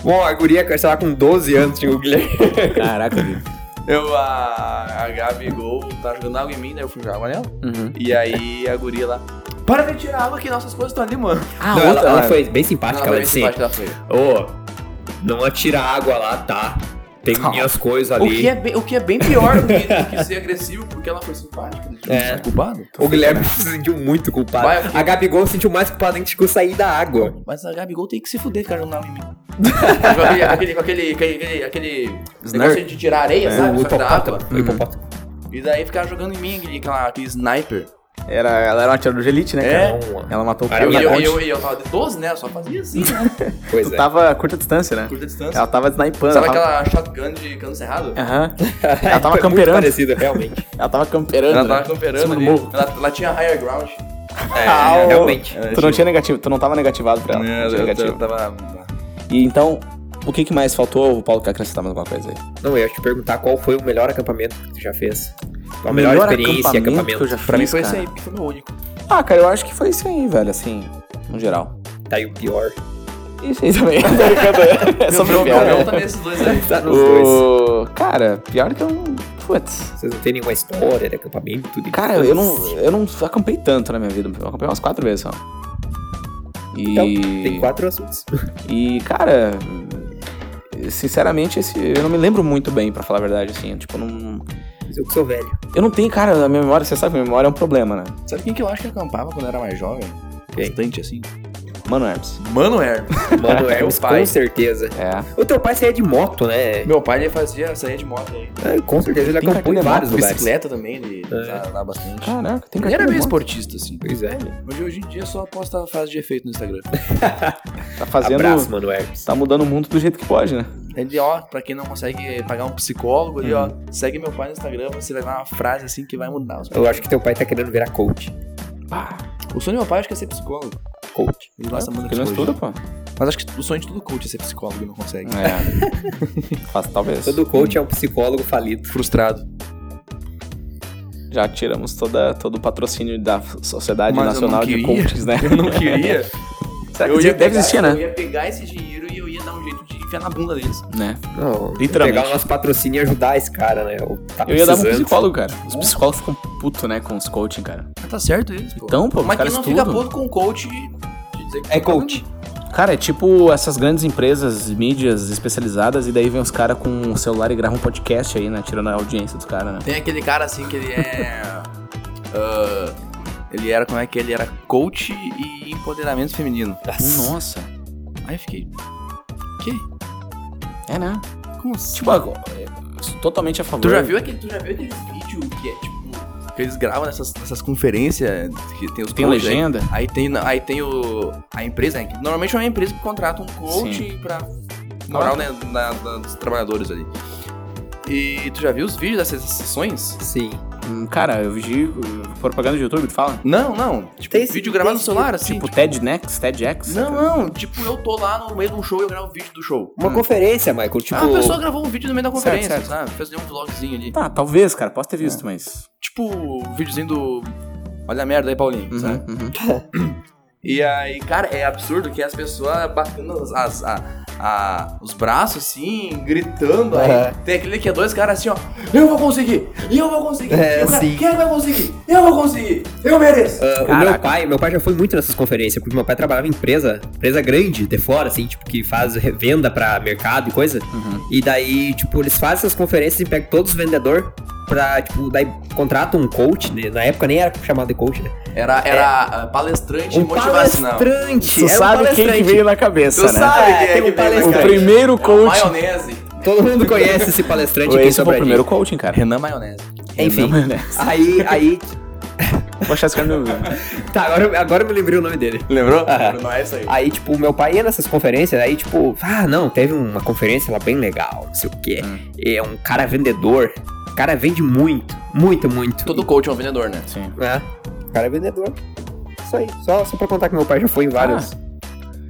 S4: Bom, a guria, sei lá, com 12 anos tinha o Guilherme.
S1: Caraca, viu?
S2: Eu, a, a Gabi Gol tá jogando água em mim, daí eu fui jogar água nela.
S1: Uhum.
S2: E aí a guria lá. Para de tirar água que nossas coisas estão ali, mano.
S1: Ah,
S4: Não,
S1: outra,
S4: ela, ela
S1: né?
S4: foi bem simpática, ela
S2: vai
S4: disse assim,
S2: da feira.
S4: ô, não atira água lá, tá? Tem minhas coisas
S2: O
S4: ali.
S2: que, é bem, o que é bem pior do que, do que ser agressivo, porque ela foi simpática.
S4: É.
S2: É. Culpado.
S4: O Guilherme se sentiu muito culpado.
S2: Vai, ok.
S4: a Gabigol se sentiu mais culpada que ficou sair da água.
S2: Mas a Gabigol tem que se fuder ficar jogando água em mim. com aquele, com aquele, com aquele, aquele, aquele negócio de tirar areia, É.
S1: É,
S2: sabe? Só que da água.
S4: O hipopótamo.
S2: E daí ficar jogando em mim aquele, aquela- aquele sniper.
S1: Era, ela era uma atiradora de elite, né,
S2: É.
S1: cara? Ela matou o
S4: Aí
S1: cara
S2: eu,
S1: É, na
S2: eu,
S1: ponte.
S2: eu, eu, eu tava de 12, né? Eu só fazia assim, né?
S4: Pois
S1: Tu
S4: é.
S1: tava a curta distância, né?
S2: Curta distância.
S1: Ela tava snipando.
S2: Sabe
S1: ela tava-
S2: aquela shotgun de cano cerrado?
S1: Aham. Ela tava
S4: É, Foi Muito
S1: camperando.
S4: parecido, realmente.
S1: Ela tava camperando.
S2: Ela tava
S1: né?
S2: camperando
S1: Cima do
S2: ali.
S1: morro.
S2: Ela, ela tinha higher ground.
S4: É,
S1: Ah, ô.
S4: realmente.
S1: Tu não tinha negativo, tu não tava negativado pra
S2: É,
S1: ela. não tinha Tá, negativo.
S2: tava.
S1: E então, o que, que mais faltou? O Paulo quer acrescentar mais alguma coisa aí.
S4: Não, eu ia te perguntar qual foi o melhor acampamento que tu já fez. A melhor, experiência, acampamento.
S1: que eu já
S2: Pra mim
S1: fiz,
S2: foi isso
S1: cara.
S2: aí, porque foi meu único.
S1: Ah, cara, eu acho que foi isso aí, velho, assim, no geral.
S4: Tá aí o pior.
S1: Isso aí também. Tô brincando. é só pra
S2: meu,
S1: pior,
S2: meu
S1: né?
S2: também esses dois aí.
S4: Tá nos dois.
S1: O... Cara, pior que eu não... Putz.
S4: Vocês não têm nenhuma história de acampamento? de
S1: Cara, eu não, eu não acampei tanto na minha vida. Eu acampei umas quatro vezes só.
S4: Então,
S1: E...
S4: tem quatro assuntos.
S1: E, cara, sinceramente, esse, eu não me lembro muito bem, pra falar a verdade, assim. Tipo, eu não,
S4: Mas eu que sou velho.
S1: eu não tenho, cara, a minha memória, você sabe que a memória é um problema, né?
S2: Sabe quem que eu acho que acampava quando era mais jovem?
S4: Quem?
S2: Bastante assim.
S1: Mano Hermes.
S2: Mano Hermes.
S4: Mano, é
S2: Hermes,
S4: com
S2: pai.
S4: certeza.
S1: É.
S4: O teu pai saía de moto, né?
S2: Meu pai ele fazia sair de moto aí.
S4: É, Com certeza ele
S1: Tem
S4: acampou
S1: carteira
S4: em
S1: de
S4: vários lugares.
S2: Bicicleta também, ele andava bastante.
S1: Caraca, tem
S2: Ele
S1: carteira
S2: era
S1: de
S2: meio
S1: moto.
S2: esportista, assim.
S4: Pois é.
S2: Hoje, hoje em dia só posta frase de efeito no Instagram.
S1: Tá fazendo...
S4: Abraço, mano, Hermes.
S1: Tá mudando o mundo do jeito que pode, né?
S2: Ele, ó, pra quem não consegue pagar um psicólogo ali, ó, segue meu pai no Instagram, você vai ver uma frase assim que vai mudar. os-
S4: Eu acho que teu pai tá querendo virar coach.
S2: O sonho do meu pai acho que é ser psicólogo.
S4: Coach.
S2: Ele gosta muito
S1: Porque
S2: de
S1: não
S2: psicologia.
S1: estuda, pô.
S2: Mas acho que o sonho de todo coach é ser psicólogo e não consegue.
S1: É. Faz, talvez.
S4: Todo coach é um psicólogo falido.
S2: Frustrado.
S1: Já tiramos toda, todo o patrocínio da Sociedade
S2: Mas eu não
S1: Nacional de
S2: queria.
S1: Coaches, né?
S2: Eu não queria.
S1: Será que deve existir,
S2: Eu
S1: né?
S2: ia pegar esse dinheiro e eu ia dar um jeito de enfiar na bunda deles.
S1: Né?
S4: Não,
S1: Literalmente.
S4: Pegar o nosso patrocínio e ajudar esse cara, né? O- Tá
S1: Eu ia dar pra um
S4: precisando.
S1: psicólogo, cara. Os psicólogos ficam putos, né, com os coaching, cara.
S2: Mas tá certo isso, pô.
S1: Então, pô, os
S2: Mas quem
S1: caras
S2: não
S1: estudam.
S2: fica puto com o coach de dizer que tá
S4: É coach.
S1: Cara, é tipo essas grandes empresas, mídias especializadas, e daí vem os caras com o celular e gravam um podcast aí, né? Tirando a audiência dos caras, né?
S2: Tem aquele cara assim que ele é. ah, ele era, como é que ele era? Coach e empoderamento feminino. Um
S1: Nossa.
S2: Aí eu fiquei.
S1: É, né?
S2: Como assim?
S1: Tipo, agora, é, totalmente a favor.
S2: Tu já viu aquele, tu já viu aqueles vídeos que é tipo. Que eles gravam nessas, nessas conferências que tem os
S1: Tem
S2: coaches, né?
S1: legenda?
S2: Aí tem, aí tem o, a empresa, né? que Normalmente é uma empresa que contrata um coach pra
S1: Ah.
S2: moral né, na- na- dos trabalhadores ali. E tu já viu os vídeos dessas sessões?
S4: Sim.
S1: Hum, Cara, eu vi propaganda do YouTube, tu fala?
S2: Não, não. Tipo,
S4: Tem esse-
S2: vídeo gravado no
S4: tem
S2: celular, assim.
S1: Tipo TED Next, TEDx?
S2: não, não. Tipo, eu tô lá no meio de um show e eu gravo um vídeo do show.
S1: Hum.
S4: Uma conferência, Michael. Tipo,
S2: Ah, a pessoa gravou um vídeo no meio da
S1: Certo,
S2: conferência,
S1: certo.
S2: sabe? Fez um vlogzinho ali.
S1: Tá, talvez, cara, posso ter visto, mas.
S2: Tipo, o videozinho do. Olha a merda aí, Paulinho,
S1: Uhum,
S2: sabe?
S1: uhum.
S2: E aí, cara, é absurdo que as pessoas batendo as, as- a- a- os braços assim, gritando. aí.
S4: É.
S2: Tem aquele que é dois caras assim, ó. Eu vou conseguir! Eu vou conseguir!
S4: É,
S2: eu quero-
S4: sim.
S2: Quem vai conseguir? Eu vou conseguir! Eu mereço!
S4: Ah, o
S1: Caraca.
S4: meu pai, meu pai já foi muito nessas conferências, porque meu pai trabalhava em empresa, empresa grande de fora, assim, tipo, que faz
S1: Uhum.
S4: venda pra mercado e coisa. E daí, tipo, eles fazem essas conferências e pegam todos os vendedores pra, tipo, daí contrata um coach, né? na época nem era chamado de coach, né?
S2: Era, era ah, palestrante
S4: Um
S2: motivacional.
S4: palestrante!
S1: Tu
S4: era um
S1: sabe quem que
S4: palestrante.
S1: veio na cabeça,
S2: Tu
S1: né?
S2: sabe
S4: É,
S2: quem é
S4: tem
S2: que
S4: um
S2: veio na
S1: O
S4: palestrante.
S2: cabeça.
S1: primeiro
S2: É o
S1: coach.
S2: Maionese.
S4: Todo mundo conhece esse palestrante aqui em
S1: Esse foi o
S4: Sobradinho.
S1: primeiro né? coaching, cara.
S2: Renan Maionese.
S4: Enfim,
S1: Renan Maionese.
S4: aí, aí...
S1: Vou achar é esse cara no...
S4: Tá, agora, agora eu me lembrei o nome dele.
S2: Lembrou? Não é isso aí.
S4: Aí, tipo, meu pai ia nessas conferências, aí, tipo, ah, não, teve uma conferência lá bem legal, não sei o quê.
S2: Hum.
S4: É um cara vendedor. O cara vende muito, muito, muito.
S2: Todo coach é um vendedor, né?
S4: É. O cara é vendedor. Isso aí. Só, só pra contar que meu pai já foi em vários.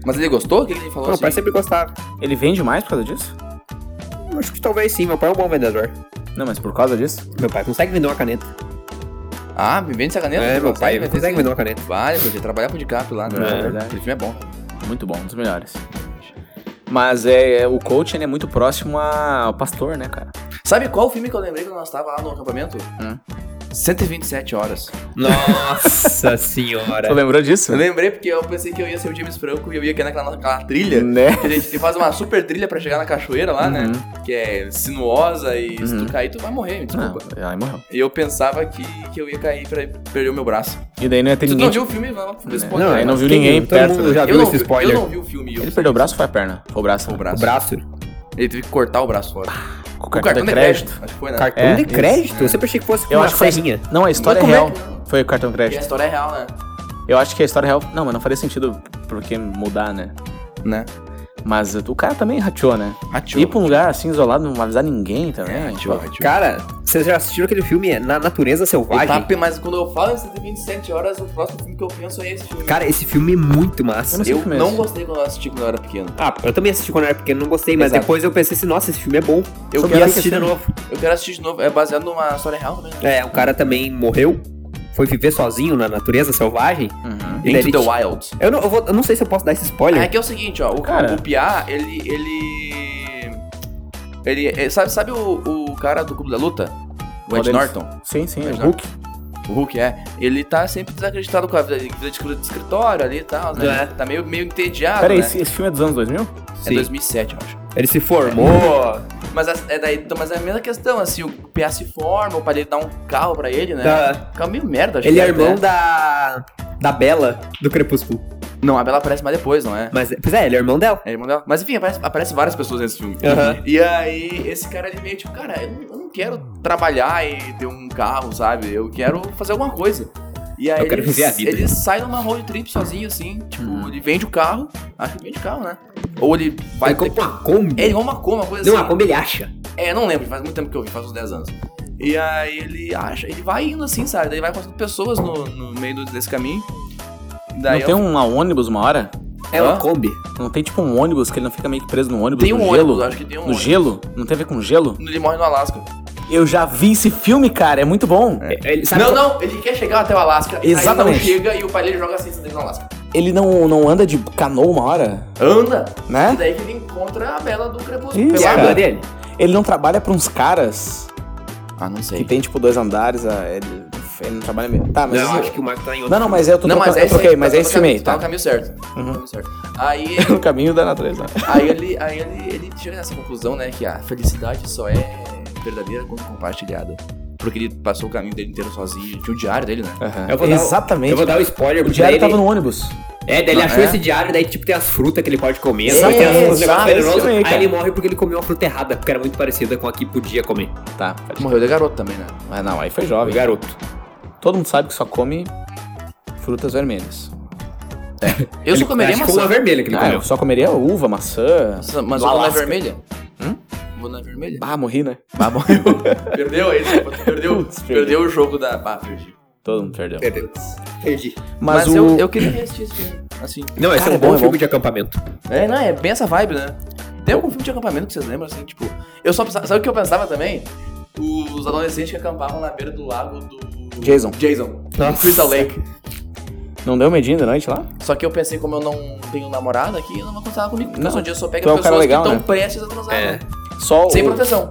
S2: Mas ele gostou? O que que ele
S4: Não,
S2: falou
S4: meu
S2: assim?
S4: pai sempre gostava.
S1: Ele vende mais por causa disso?
S4: Acho que talvez sim, meu pai é um bom vendedor.
S1: Não, mas por causa disso?
S4: Meu pai consegue vender uma caneta.
S2: Ah, me vende essa caneta?
S4: É, meu pai
S2: vai ter
S4: consegue
S2: esse-
S4: vender uma caneta.
S2: Vale, podia trabalhar pro DiCaprio lá, né?
S1: É verdade.
S2: Aquele filme é bom.
S1: Muito bom, um dos melhores. Mas é, é, o coaching ele é muito próximo a- ao pastor, né, cara?
S2: Sabe qual filme que eu lembrei quando nós tava lá no acampamento?
S1: Hum.
S2: 127 horas.
S4: Hum. Nossa
S1: Tu
S4: senhora.
S1: lembrou disso?
S2: Eu lembrei porque eu pensei que eu ia ser o James Franco e eu ia cair naquela, naquela trilha.
S1: Né?
S2: Que a gente faz uma super trilha pra chegar na cachoeira lá, né? Que é sinuosa e se tu cair, tu vai morrer, me
S1: Não,
S2: desculpa.
S1: aí Ah, morreu.
S2: E eu pensava que, que eu ia cair pra perder o meu braço.
S1: E daí não ia ter
S2: Se tu
S1: ninguém.
S2: não viu o filme, não.
S4: É.
S2: Esse
S1: Não, aí
S2: podcast-
S1: não viu
S4: Quem-
S1: ninguém
S4: todo
S1: perto,
S4: mundo
S1: né?
S4: já
S2: eu,
S4: viu
S2: não
S4: esse
S2: vi,
S4: spoiler.
S2: eu não vi o filme. eu
S1: Ele
S2: só-
S1: perdeu o braço ou foi a perna? Ou o braço?
S2: o braço.
S4: O braço.
S2: Ele teve que cortar o braço fora.
S1: Com o
S2: Com
S1: cartão, de crédito.
S2: Acho que foi, né?
S4: Cartão
S1: É,
S4: de
S1: isso.
S4: crédito? Eu sempre achei que fosse com
S1: Eu
S4: uma
S1: acho que foi-
S4: serrinha.
S1: Não, a história é
S2: Mas
S1: real.
S2: como é
S1: Foi o cartão de
S2: E a
S1: crédito.
S2: história é real, né?
S1: Eu acho que a história é real. Não, mas não faria sentido porque mudar, né?
S2: Né?
S1: Mas o cara também rateou, né? Ir pra um lugar assim isolado, não avisar ninguém também.
S2: É,
S1: tipo,
S2: tio, tio.
S4: Cara, vocês já assistiram aquele filme é Na Natureza Selvagem?
S2: Etapa, tá mas quando eu falo em 127 horas, o próximo filme que eu penso é esse filme.
S4: Cara, esse filme é muito massa.
S1: Eu
S2: eu
S1: filme é
S2: não
S1: esse?
S2: gostei quando eu assisti quando eu era pequeno.
S4: Ah, eu também assisti quando eu era pequeno, não gostei, mas
S2: Exato.
S4: depois eu pensei assim, nossa, esse filme é bom.
S2: Eu
S4: Eu
S2: quero
S4: quero
S2: ver
S4: assistir de
S2: esse filme.
S4: novo.
S2: Eu quero assistir de novo, é baseado numa história real também. Né?
S4: É, o cara também morreu, foi viver sozinho na natureza selvagem.
S1: Uhum.
S4: E daí
S2: Into
S4: ele
S2: the
S4: ti-
S2: Wild.
S4: Eu não, eu vou- eu não sei se eu posso dar esse
S2: É
S4: spoiler.
S2: que é o seguinte, ó, o
S1: Cara.
S2: cara, o Piá, ele ele ele é- sabe, sabe o, o cara do Clube da Luta? O
S1: Qual
S2: Ed
S1: deles?
S2: Norton,
S1: Sim, sim,
S2: Mas tá
S1: o
S2: não.
S1: Hulk.
S2: o Hulk é. Ele tá sempre desacreditado com a vida, vida de escri- de escritório ali e tal, né? Tá meio, meio entediado,
S1: Peraí,
S2: né?
S1: esse, esse filme é dos anos 2000?
S2: É 2007, eu acho.
S4: Ele se formou.
S2: Mas as- é, daí, então, mas é a mesma questão, assim, o PA se forma, o pai dele dá um carro pra ele, né?
S4: Tá.
S2: Carro meio merda, acho
S4: Ele
S2: que
S4: é irmão
S2: né?
S4: da. da Bela do Crepúsculo.
S2: Não, a Bela aparece mais depois, não é?
S4: Mas, pois é, ele é irmão dela.
S2: É irmão dela. Mas enfim, aparece, aparece várias pessoas nesse filme.
S4: Aham.
S2: E aí, esse cara ele meio tipo, cara, eu não, eu não quero trabalhar e ter um carro, sabe? Eu quero fazer alguma coisa. E aí
S4: Eu quero
S2: ele,
S4: viver a vida.
S2: ele sai numa road trip sozinho, assim. Tipo, ele vende o carro. Acho que vende o carro, né? Ou ele vai.
S4: Ele compra uma Kombi.
S2: É, ele rouba uma coma, uma coisa
S4: Não,
S2: assim.
S4: a Kombi ele acha.
S2: É, não lembro, faz muito tempo que eu vi, faz uns 10 anos. E aí ele acha, ele vai indo assim, sabe? Daí vai passando pessoas no, no meio do- desse caminho.
S1: não
S2: Daí eu-
S1: tem um a- ônibus uma hora?
S4: É uma
S2: Hã?
S4: Kombi.
S1: Não tem tipo um ônibus que ele não fica meio que preso no ônibus?
S2: tem
S1: no
S2: um
S1: gelo?
S2: ônibus, acho que tem um
S1: no
S2: ônibus.
S1: gelo? Não tem a ver com gelo?
S2: Ele morre no Alasca.
S1: Eu já vi esse filme, cara, é muito bom.
S4: Ele sabe
S2: não,
S4: qual-
S2: não, ele quer chegar até o Alasca.
S1: Exatamente.
S2: Aí não chega e o pai dele joga a ciência dele no Alasca.
S1: Ele não, não anda de canoa uma hora,
S2: Anda! E
S1: né?
S2: daí que ele encontra a Bela do Crepúsculo.
S1: Isso,
S4: Que é a
S1: cara.
S4: irmã dele.
S1: Ele não trabalha pra uns caras
S2: Ah, não
S1: que
S2: sei.
S1: tem tipo dois andares, ah, ele, ele não trabalha mesmo. Tá, mas.
S4: Não,
S1: isso-
S4: acho que o Marco tá em outro.
S1: Não, não, mas eu tô
S2: Não,
S1: trocando-
S2: mas é
S1: eu
S2: isso
S1: troquei,
S2: aí,
S1: mas
S2: tá
S1: é esse
S2: no
S1: filme aí,
S2: caminho- Tá
S1: tá?
S2: no caminho certo. Tá no caminho certo. Aí,
S1: No caminho da natureza.
S2: aí, ele, aí ele, ele chega nessa conclusão, né, que a felicidade só é verdadeira quando compartilhada. Porque ele passou o caminho dele inteiro sozinho, tinha o diário dele, né?
S4: Eu vou dar um- o-
S1: Exatamente.
S4: Eu vou dar um o spoiler
S1: O
S4: porque
S1: diário
S4: daí
S1: tava
S4: ele-
S1: no ônibus.
S4: É, daí ele
S2: Não,
S4: achou
S2: é?
S4: esse diário, daí tipo tem as frutas que ele pode comer,
S1: Exato,
S4: daí tem as- os
S1: exato,
S4: negócios
S1: esse
S4: venenosos.
S1: filme aí,
S4: aí,
S1: cara.
S4: ele morre porque ele comeu uma fruta errada, porque era muito parecida com a que podia comer.
S1: Tá.
S2: Morreu de garoto também, né?
S1: Mas não, aí foi jovem.
S4: garoto.
S1: Todo mundo sabe que só come frutas vermelhas.
S2: Eu só comeria
S4: Acho que foi
S2: maçã.
S4: uma vermelha que ele
S1: Ah,
S4: comeu.
S1: eu só comeria uva, maçã.
S2: Maçã- Mas
S4: Do
S2: o é
S4: Alasca.
S2: vermelha? Hum? Vou na vermelha?
S1: Ah, morri, né?
S2: Perdeu aí, perdeu,
S1: Putz, perdeu.
S2: perdeu o jogo da. Ah, perdi.
S1: Todo mundo perdeu.
S4: Entendeu? Entendi.
S1: é. Mas, o.
S2: eu, eu queria reassistir esse filme. Assim.
S4: Não, esse
S1: Cara,
S4: é
S1: é
S4: um bom,
S1: bom, é
S4: filme
S1: bom.
S4: de acampamento.
S2: É, não, é bem essa vibe, né? Tem algum filme de acampamento que vocês lembram, assim, tipo. Eu só pensava. Sabe o que eu pensava também? Os adolescentes que acampavam na beira do lago do.
S1: Jason.
S2: Jason.
S4: Nossa.
S2: Crystal Lake.
S1: Não deu medinho de noite lá?
S2: Só que eu pensei, como eu não tenho namorada aqui, eu não vou contar comigo. Porque
S1: Não.
S2: hoje em dia eu só pego
S1: Tu é um
S2: pessoas
S1: cara legal,
S2: que estão
S1: né?
S2: prestes a transar.
S4: É.
S2: né?
S1: Só
S2: Sem
S1: o...
S2: proteção.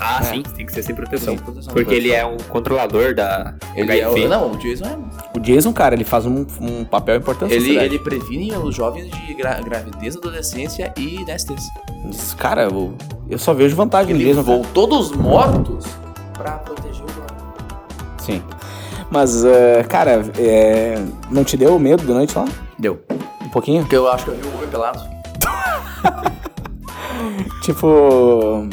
S4: Ah,
S1: É.
S4: sim, tem que ser sem proteção.
S2: Sem proteção.
S4: Porque ele é o controlador da
S2: Ele é
S1: um
S4: HIV.
S2: o, não, o Jason é.
S1: o Jason, cara, ele faz um, um papel importante. na
S2: Ele,
S1: sociedade.
S2: ele previne os jovens de gra- gravidez, adolescência e nestez.
S1: Diz, Cara, eu, eu só vejo vantagem no
S2: Ele
S1: Jason. cara.
S2: voltou dos mortos pra proteger.
S1: Sim. Mas, eh, cara, eh, não te deu medo da noite lá?
S2: Deu.
S1: Um pouquinho?
S2: Porque eu acho que eu vi o Rui pelado.
S1: Tipo,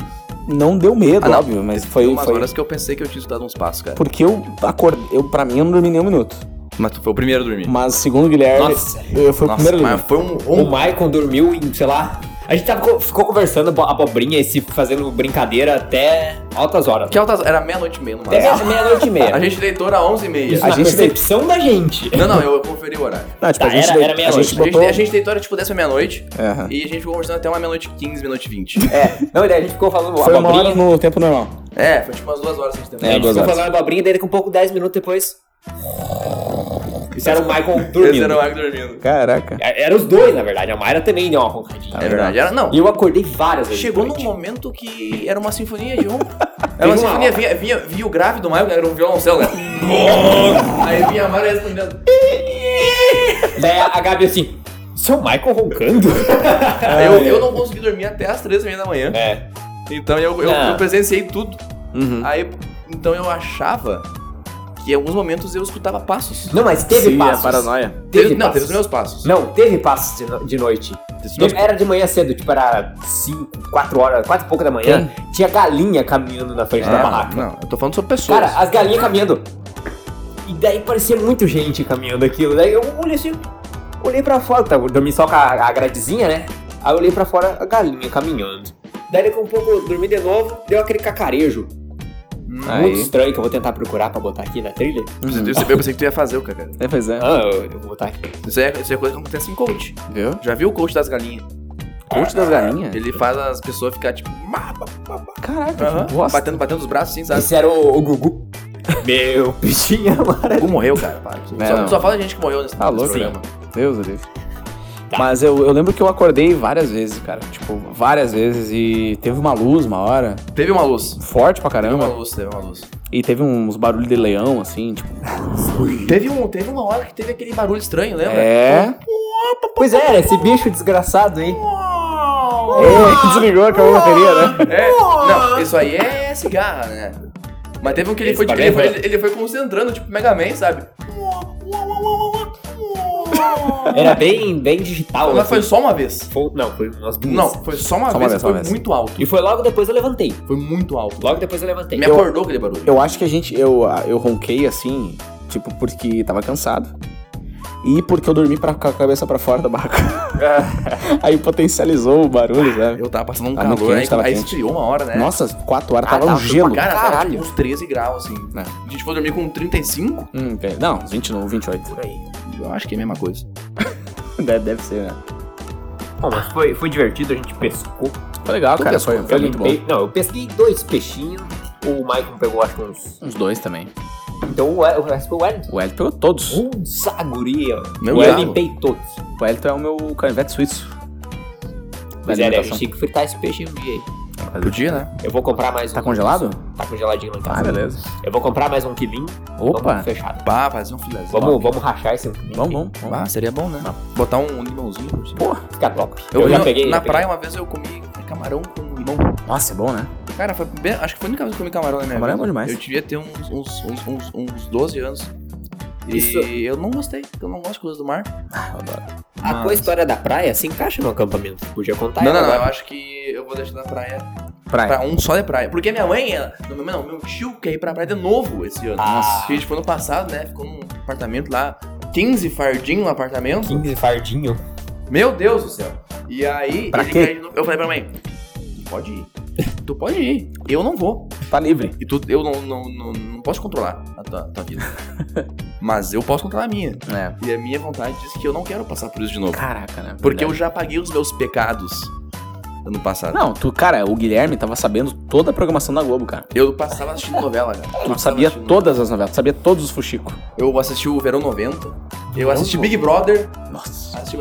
S1: não deu medo,
S2: Ah, não.
S1: óbvio, mas
S2: Foi
S1: foi.
S2: umas
S1: foi-
S2: horas que eu pensei que eu tinha estudado uns passos, cara.
S1: Porque eu acordei. Eu, pra mim, eu não dormi nem um minuto.
S2: Mas tu foi o primeiro a dormir.
S1: Mas, segundo o Guilherme,
S4: Nossa.
S1: eu fui o
S2: Nossa,
S1: primeiro a dormir.
S2: mas foi um
S4: O
S2: ronco.
S4: Maicon dormiu em, sei lá. A gente tava, co- ficou conversando bo- abobrinha e se fazendo brincadeira até altas horas.
S2: Que altas... Era meia-noite e meia, no
S4: Até
S2: máximo.
S4: meia-
S1: É,
S4: meia-noite e meia.
S2: A gente deitou era 11h30.
S4: né? Isso
S1: a
S4: na
S1: gente-
S4: percepção da gente.
S2: Não, não, eu conferi o horário.
S1: Não,
S4: Tá,
S1: tipo, a gente,
S4: era-
S1: deu-
S4: era
S1: a
S4: meia-noite.
S1: gente
S2: A gente,
S1: botou.
S2: a gente deitou era tipo 10 pra meia-noite.
S1: Aham.
S2: E a gente ficou conversando até uma meia-noite e 15, meia-noite e 20.
S4: É. Não, e daí a gente ficou falando
S1: Foi uma hora
S4: abobrinha.
S1: no tempo normal.
S2: É, foi tipo umas duas horas que a gente
S1: É,
S4: a
S2: terminou.
S4: gente
S1: duas
S4: ficou
S1: horas.
S4: falando abobrinha e daí daqui um pouco, 10 minutos depois. Isso era o Maicon
S2: Esse
S4: dormindo.
S2: era o Mago é dormindo.
S1: Caraca.
S4: É- Era os dois, na verdade. A Mayra também deu uma roncadinha.
S2: É verdade. Era, não,
S4: E eu acordei várias vezes.
S2: Chegou
S4: no
S2: num momento que era uma sinfonia de ronco. Era uma
S4: uma
S2: sinfonia,
S4: hora.
S2: vinha, vinha, vinha o grave do Maicon, era um violoncelo, né? Aí vinha a Mara respondendo.
S4: Daí a Gabi assim, seu Michael roncando?
S2: Aí eu, eu não consegui dormir até as três e meia da manhã.
S4: é.
S2: é. Então eu, eu,
S4: Ah.
S2: eu presenciei tudo.
S1: Uhum.
S2: Aí, então eu achava que em alguns momentos eu escutava passos.
S4: Não, mas teve passos.
S1: é paranoia.
S4: Teve
S2: não, teve
S4: passos.
S2: os meus passos.
S4: Não, teve passos de, no- de noite.
S2: Não.
S4: Era de manhã cedo, tipo, era 5, 4 horas, 4 e pouco da manhã. Tinha galinha caminhando na frente da barraca.
S2: Ah, não, eu tô falando sobre pessoas.
S4: Cara, as galinhas caminhando. E daí parecia muito gente caminhando aquilo. Daí eu olhei assim, olhei pra fora, tava dormi só com a a gradezinha, né? Aí eu olhei pra fora, a galinha caminhando. Daí daqui a um pouco eu dormi de novo, deu aquele cacarejo.
S1: Aí.
S4: Muito estranho que eu vou tentar procurar pra botar aqui na trilha.
S2: eu pensei que tu ia fazer o cara.
S1: É, pois é.
S4: Ah, eu, eu vou botar aqui.
S2: Isso é, isso é coisa que acontece em coach.
S1: Viu?
S2: Já viu o coach das galinhas?
S1: Coach das galinhas?
S2: Ele faz as pessoas ficar tipo. "Má, bah, bah, bah." Aham. Batendo, batendo os braços assim, sabe?
S4: Tá. Esse era o, o Gugu. Meu pichinha amarelo.
S2: Gugu morreu, cara. Para. Só,
S1: não.
S2: só fala de gente que morreu nesse,
S1: Tá
S2: nesse
S1: louco,
S2: programa.
S1: Deus, eu livre.
S4: Tá.
S1: Mas eu, eu lembro que eu acordei várias vezes, cara. Tipo, várias vezes. E teve uma luz uma hora.
S2: Teve uma luz.
S1: Forte pra
S2: Teve uma
S1: caramba.
S2: luz, teve uma luz.
S1: E teve uns barulhos de leão, assim, tipo.
S2: Teve, um, teve uma hora que teve aquele barulho estranho, lembra?
S1: É.
S4: Pois é, era esse bicho desgraçado, hein?
S1: É, Desligou, acabou a bateria, né?
S2: É. Não, isso aí é cigarra, né? Mas teve um que ele
S4: Esse
S2: foi,
S4: também
S2: ele, foi,
S4: foi.
S2: ele, ele foi concentrando, tipo Mega Man, sabe?
S4: Era bem, bem digital.
S2: Mas foi
S4: assim.
S2: só uma vez.
S4: Foi- Não, foi umas duas.
S2: Não, foi só uma
S1: Só uma
S2: vez,
S1: vez, só
S2: foi
S1: uma vez.
S2: muito alto.
S4: E foi logo depois eu levantei.
S2: Foi muito alto.
S4: Logo depois eu levantei.
S2: Me acordou aquele barulho.
S1: Eu acho que a gente. Eu, eu ronquei assim, tipo, porque tava cansado. E porque eu dormi pra, com a cabeça pra fora da barraca. Aí potencializou o barulho, sabe?
S2: Eu tava passando um
S1: Tava
S2: calor,
S1: quente,
S2: aí,
S1: tava
S2: aí
S1: quente.
S2: esfriou uma hora, né?
S1: Nossa, quatro horas
S4: É. Ah,
S1: tava um
S4: tava tudo
S1: gelo.
S2: Cara, tava,
S4: Caralho.
S2: tipo, uns 13 graus, assim. A gente foi dormir com 35?
S1: Hum, velho. não, uns 29, 28.
S2: Eu acho que é a mesma coisa.
S1: Deve, deve ser, né?
S4: Bom, mas foi, foi divertido, a gente pescou.
S1: Foi legal,
S2: Tu
S1: cara.
S2: pescou?
S1: Foi, foi muito é bom.
S4: limpei- Não, eu pesquei dois peixinhos. O Maicon pegou, acho que uns.
S1: Uns dois também.
S4: Então o El- o resto foi o Wellington.
S1: O Elton pegou todos.
S4: Um saguria.
S2: Meu
S4: eu
S2: galo.
S4: limpei todos.
S1: O Elton é o meu canivete suíço. Da
S4: Mas é, a gente
S1: alimentação.
S4: tinha que fritar esse peixe um dia aí.
S2: Podia, né?
S4: Eu vou comprar mais
S1: Tá
S4: um.
S1: congelado?
S4: Tá congeladinho lá em casa.
S1: Ah, beleza.
S4: Eu vou comprar mais um quilinho.
S1: Opa!
S4: Vamos fechado.
S2: Pá, fazer um filézinho.
S4: Vamos, vamos rachar esse um quilinho.
S1: Vamos, vamos,
S2: Ah,
S1: vamos.
S2: seria bom, né? Botar um limãozinho por cima.
S1: Porra,
S4: Fica top.
S2: Eu,
S4: Eu, já
S2: na-
S4: peguei.
S2: Na
S4: já peguei.
S2: praia, uma vez eu comi camarão com limão.
S1: nossa, é bom, né?
S2: Cara, foi bem- acho que foi a única vez que eu comi camarão na minha
S1: Camarão é
S2: vida.
S1: bom demais.
S2: Eu devia ter uns, uns, uns, uns, uns 12 anos. E
S4: Isso.
S2: eu não gostei, porque eu não gosto de coisas do mar.
S1: Ah, eu adoro.
S4: A tua história da praia se encaixa no acampamento. Podia contar
S2: não,
S4: ela
S2: não, não. Eu
S4: agora.
S2: acho que eu vou deixar na praia
S1: Praia.
S2: pra um só de praia. Porque minha mãe, ela, não, minha mãe não, meu tio quer ir pra praia de novo esse ano.
S4: Ah.
S2: Porque a gente foi no passado, né? Ficou num apartamento lá, 15 fardinhos no apartamento.
S4: 15 fardinho.
S2: Meu Deus do céu. E aí,
S1: Pra
S2: ele
S1: quê?
S2: quer de novo. eu falei pra mãe, tu pode ir. Tu pode ir. Eu não vou.
S1: Tá livre.
S2: E tu, eu não, não, não, não posso controlar a tua, tua vida. Mas eu posso controlar a minha.
S1: É.
S2: E a minha vontade diz que eu não quero passar por isso de novo.
S1: Caraca, né?
S2: Porque eu
S1: Verdade.
S2: já paguei os meus pecados ano passado.
S1: Não, tu, cara, o Guilherme tava sabendo toda a programação da Globo, cara.
S2: Eu passava assistindo novela, cara. Passava
S1: Tu sabia
S2: assistindo-
S1: todas as novelas, tu sabia todos os fuxicos.
S2: Eu assisti o Verão 90. Eu assisti Big Brother.
S1: Nossa.
S2: Assisti,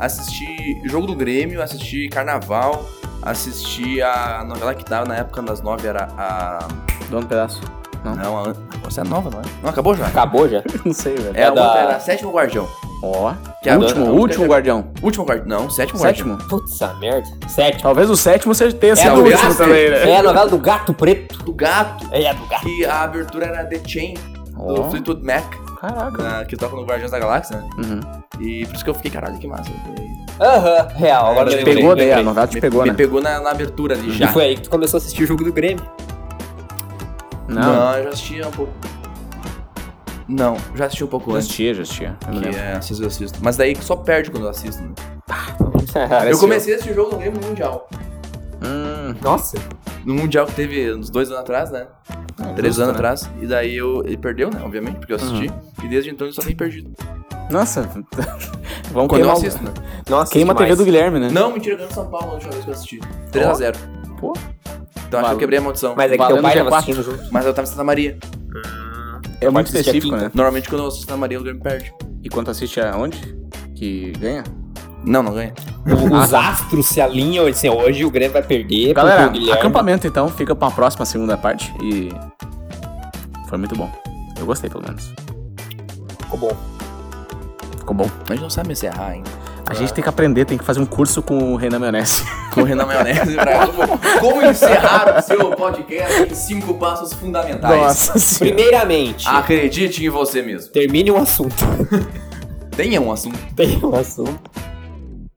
S2: assisti Jogo do Grêmio, assisti Carnaval, assisti a novela que tava na época das nove, era a.
S1: Dá um pedaço.
S2: Não, a. Você é nova, não é? Não, acabou já.
S4: Acabou já?
S1: Não sei, velho.
S2: É, a
S4: da-
S2: outra era Sétimo Guardião.
S1: Ó.
S2: Que é a-
S1: último,
S2: a-
S1: último guardião.
S2: Último Guardião. Não, Sétimo Guardião.
S1: Sétimo.
S4: Putz, a merda. Sétimo.
S1: Talvez o sétimo seja tenha
S4: É a,
S1: sido o
S4: do
S1: último
S4: gato,
S1: também, né?
S4: é a novela do gato preto.
S2: Do gato.
S4: É a do gato.
S2: E a abertura era The Chain. do
S1: Ó.
S2: Fleetwood Mac,
S1: Caraca.
S2: na- que toca no Guardiões da Galáxia, né?
S1: Uhum.
S2: E por isso que eu fiquei, caralho, que massa. E-
S4: Aham, real, agora
S2: Me
S4: eu lembrei,
S1: Pegou daí,
S4: lembrei.
S1: a novela te
S2: me
S1: pegou,
S2: me
S1: né?
S2: pegou na, na abertura ali já.
S4: E foi aí que tu começou a assistir o jogo do Grêmio.
S1: Não,
S2: eu já assisti um pouco. Não, já assisti um pouco
S1: já
S2: antes.
S1: assistia, já assistia. Eu me
S2: Que
S1: lembro.
S2: é, às vezes eu assisto. Mas daí só perde quando eu assisto, né? eu
S1: Parece
S2: comecei esse jogo no Grêmio no Mundial.
S1: Hum,
S4: Nossa,
S2: No Mundial que teve uns dois anos atrás, né? Três
S1: justo,
S2: anos
S1: né?
S2: atrás. E daí eu. Ele perdeu, né? Obviamente, porque eu assisti. E desde então ele só tem perdido.
S1: Nossa, vamos
S2: Quando eu
S1: queimar,
S2: assisto, né?
S4: nossa.
S1: queima a TV
S4: demais.
S1: do Guilherme, né?
S2: Não, mentira, ganhou São Paulo a última vez que eu assisti. 3x0.
S1: Pô.
S2: Então acho que eu quebrei a maldição.
S4: Mas é que
S1: Valendo
S4: teu pai
S1: dia
S4: tava
S1: quatro.
S4: assistindo junto.
S2: Mas eu tava em Santa Maria.
S1: É muito
S4: assistir a
S1: específico, né?
S2: Normalmente quando eu assisto Santa Maria, o Grêmio perde.
S1: E quando assiste aonde? Que ganha?
S2: Não, não ganha.
S4: O- Os astros se alinham, assim, hoje o Grêmio vai perder
S1: Galera,
S4: porque o Guilherme...
S1: acampamento então fica pra uma próxima segunda parte e. Foi muito bom. Eu gostei, pelo menos.
S4: Ficou bom.
S1: Ficou bom.
S2: A gente não sabe encerrar ainda.
S1: A gente tem que aprender, tem que fazer um curso com o Renan Maionese.
S2: Correr na maionese pra como, como encerrar o seu podcast em cinco passos fundamentais.
S1: Ah, senhora.
S4: Primeiramente,
S2: Ah. Acredite em você mesmo.
S4: termine um assunto.
S2: Tenha um assunto.
S4: Tem um assunto.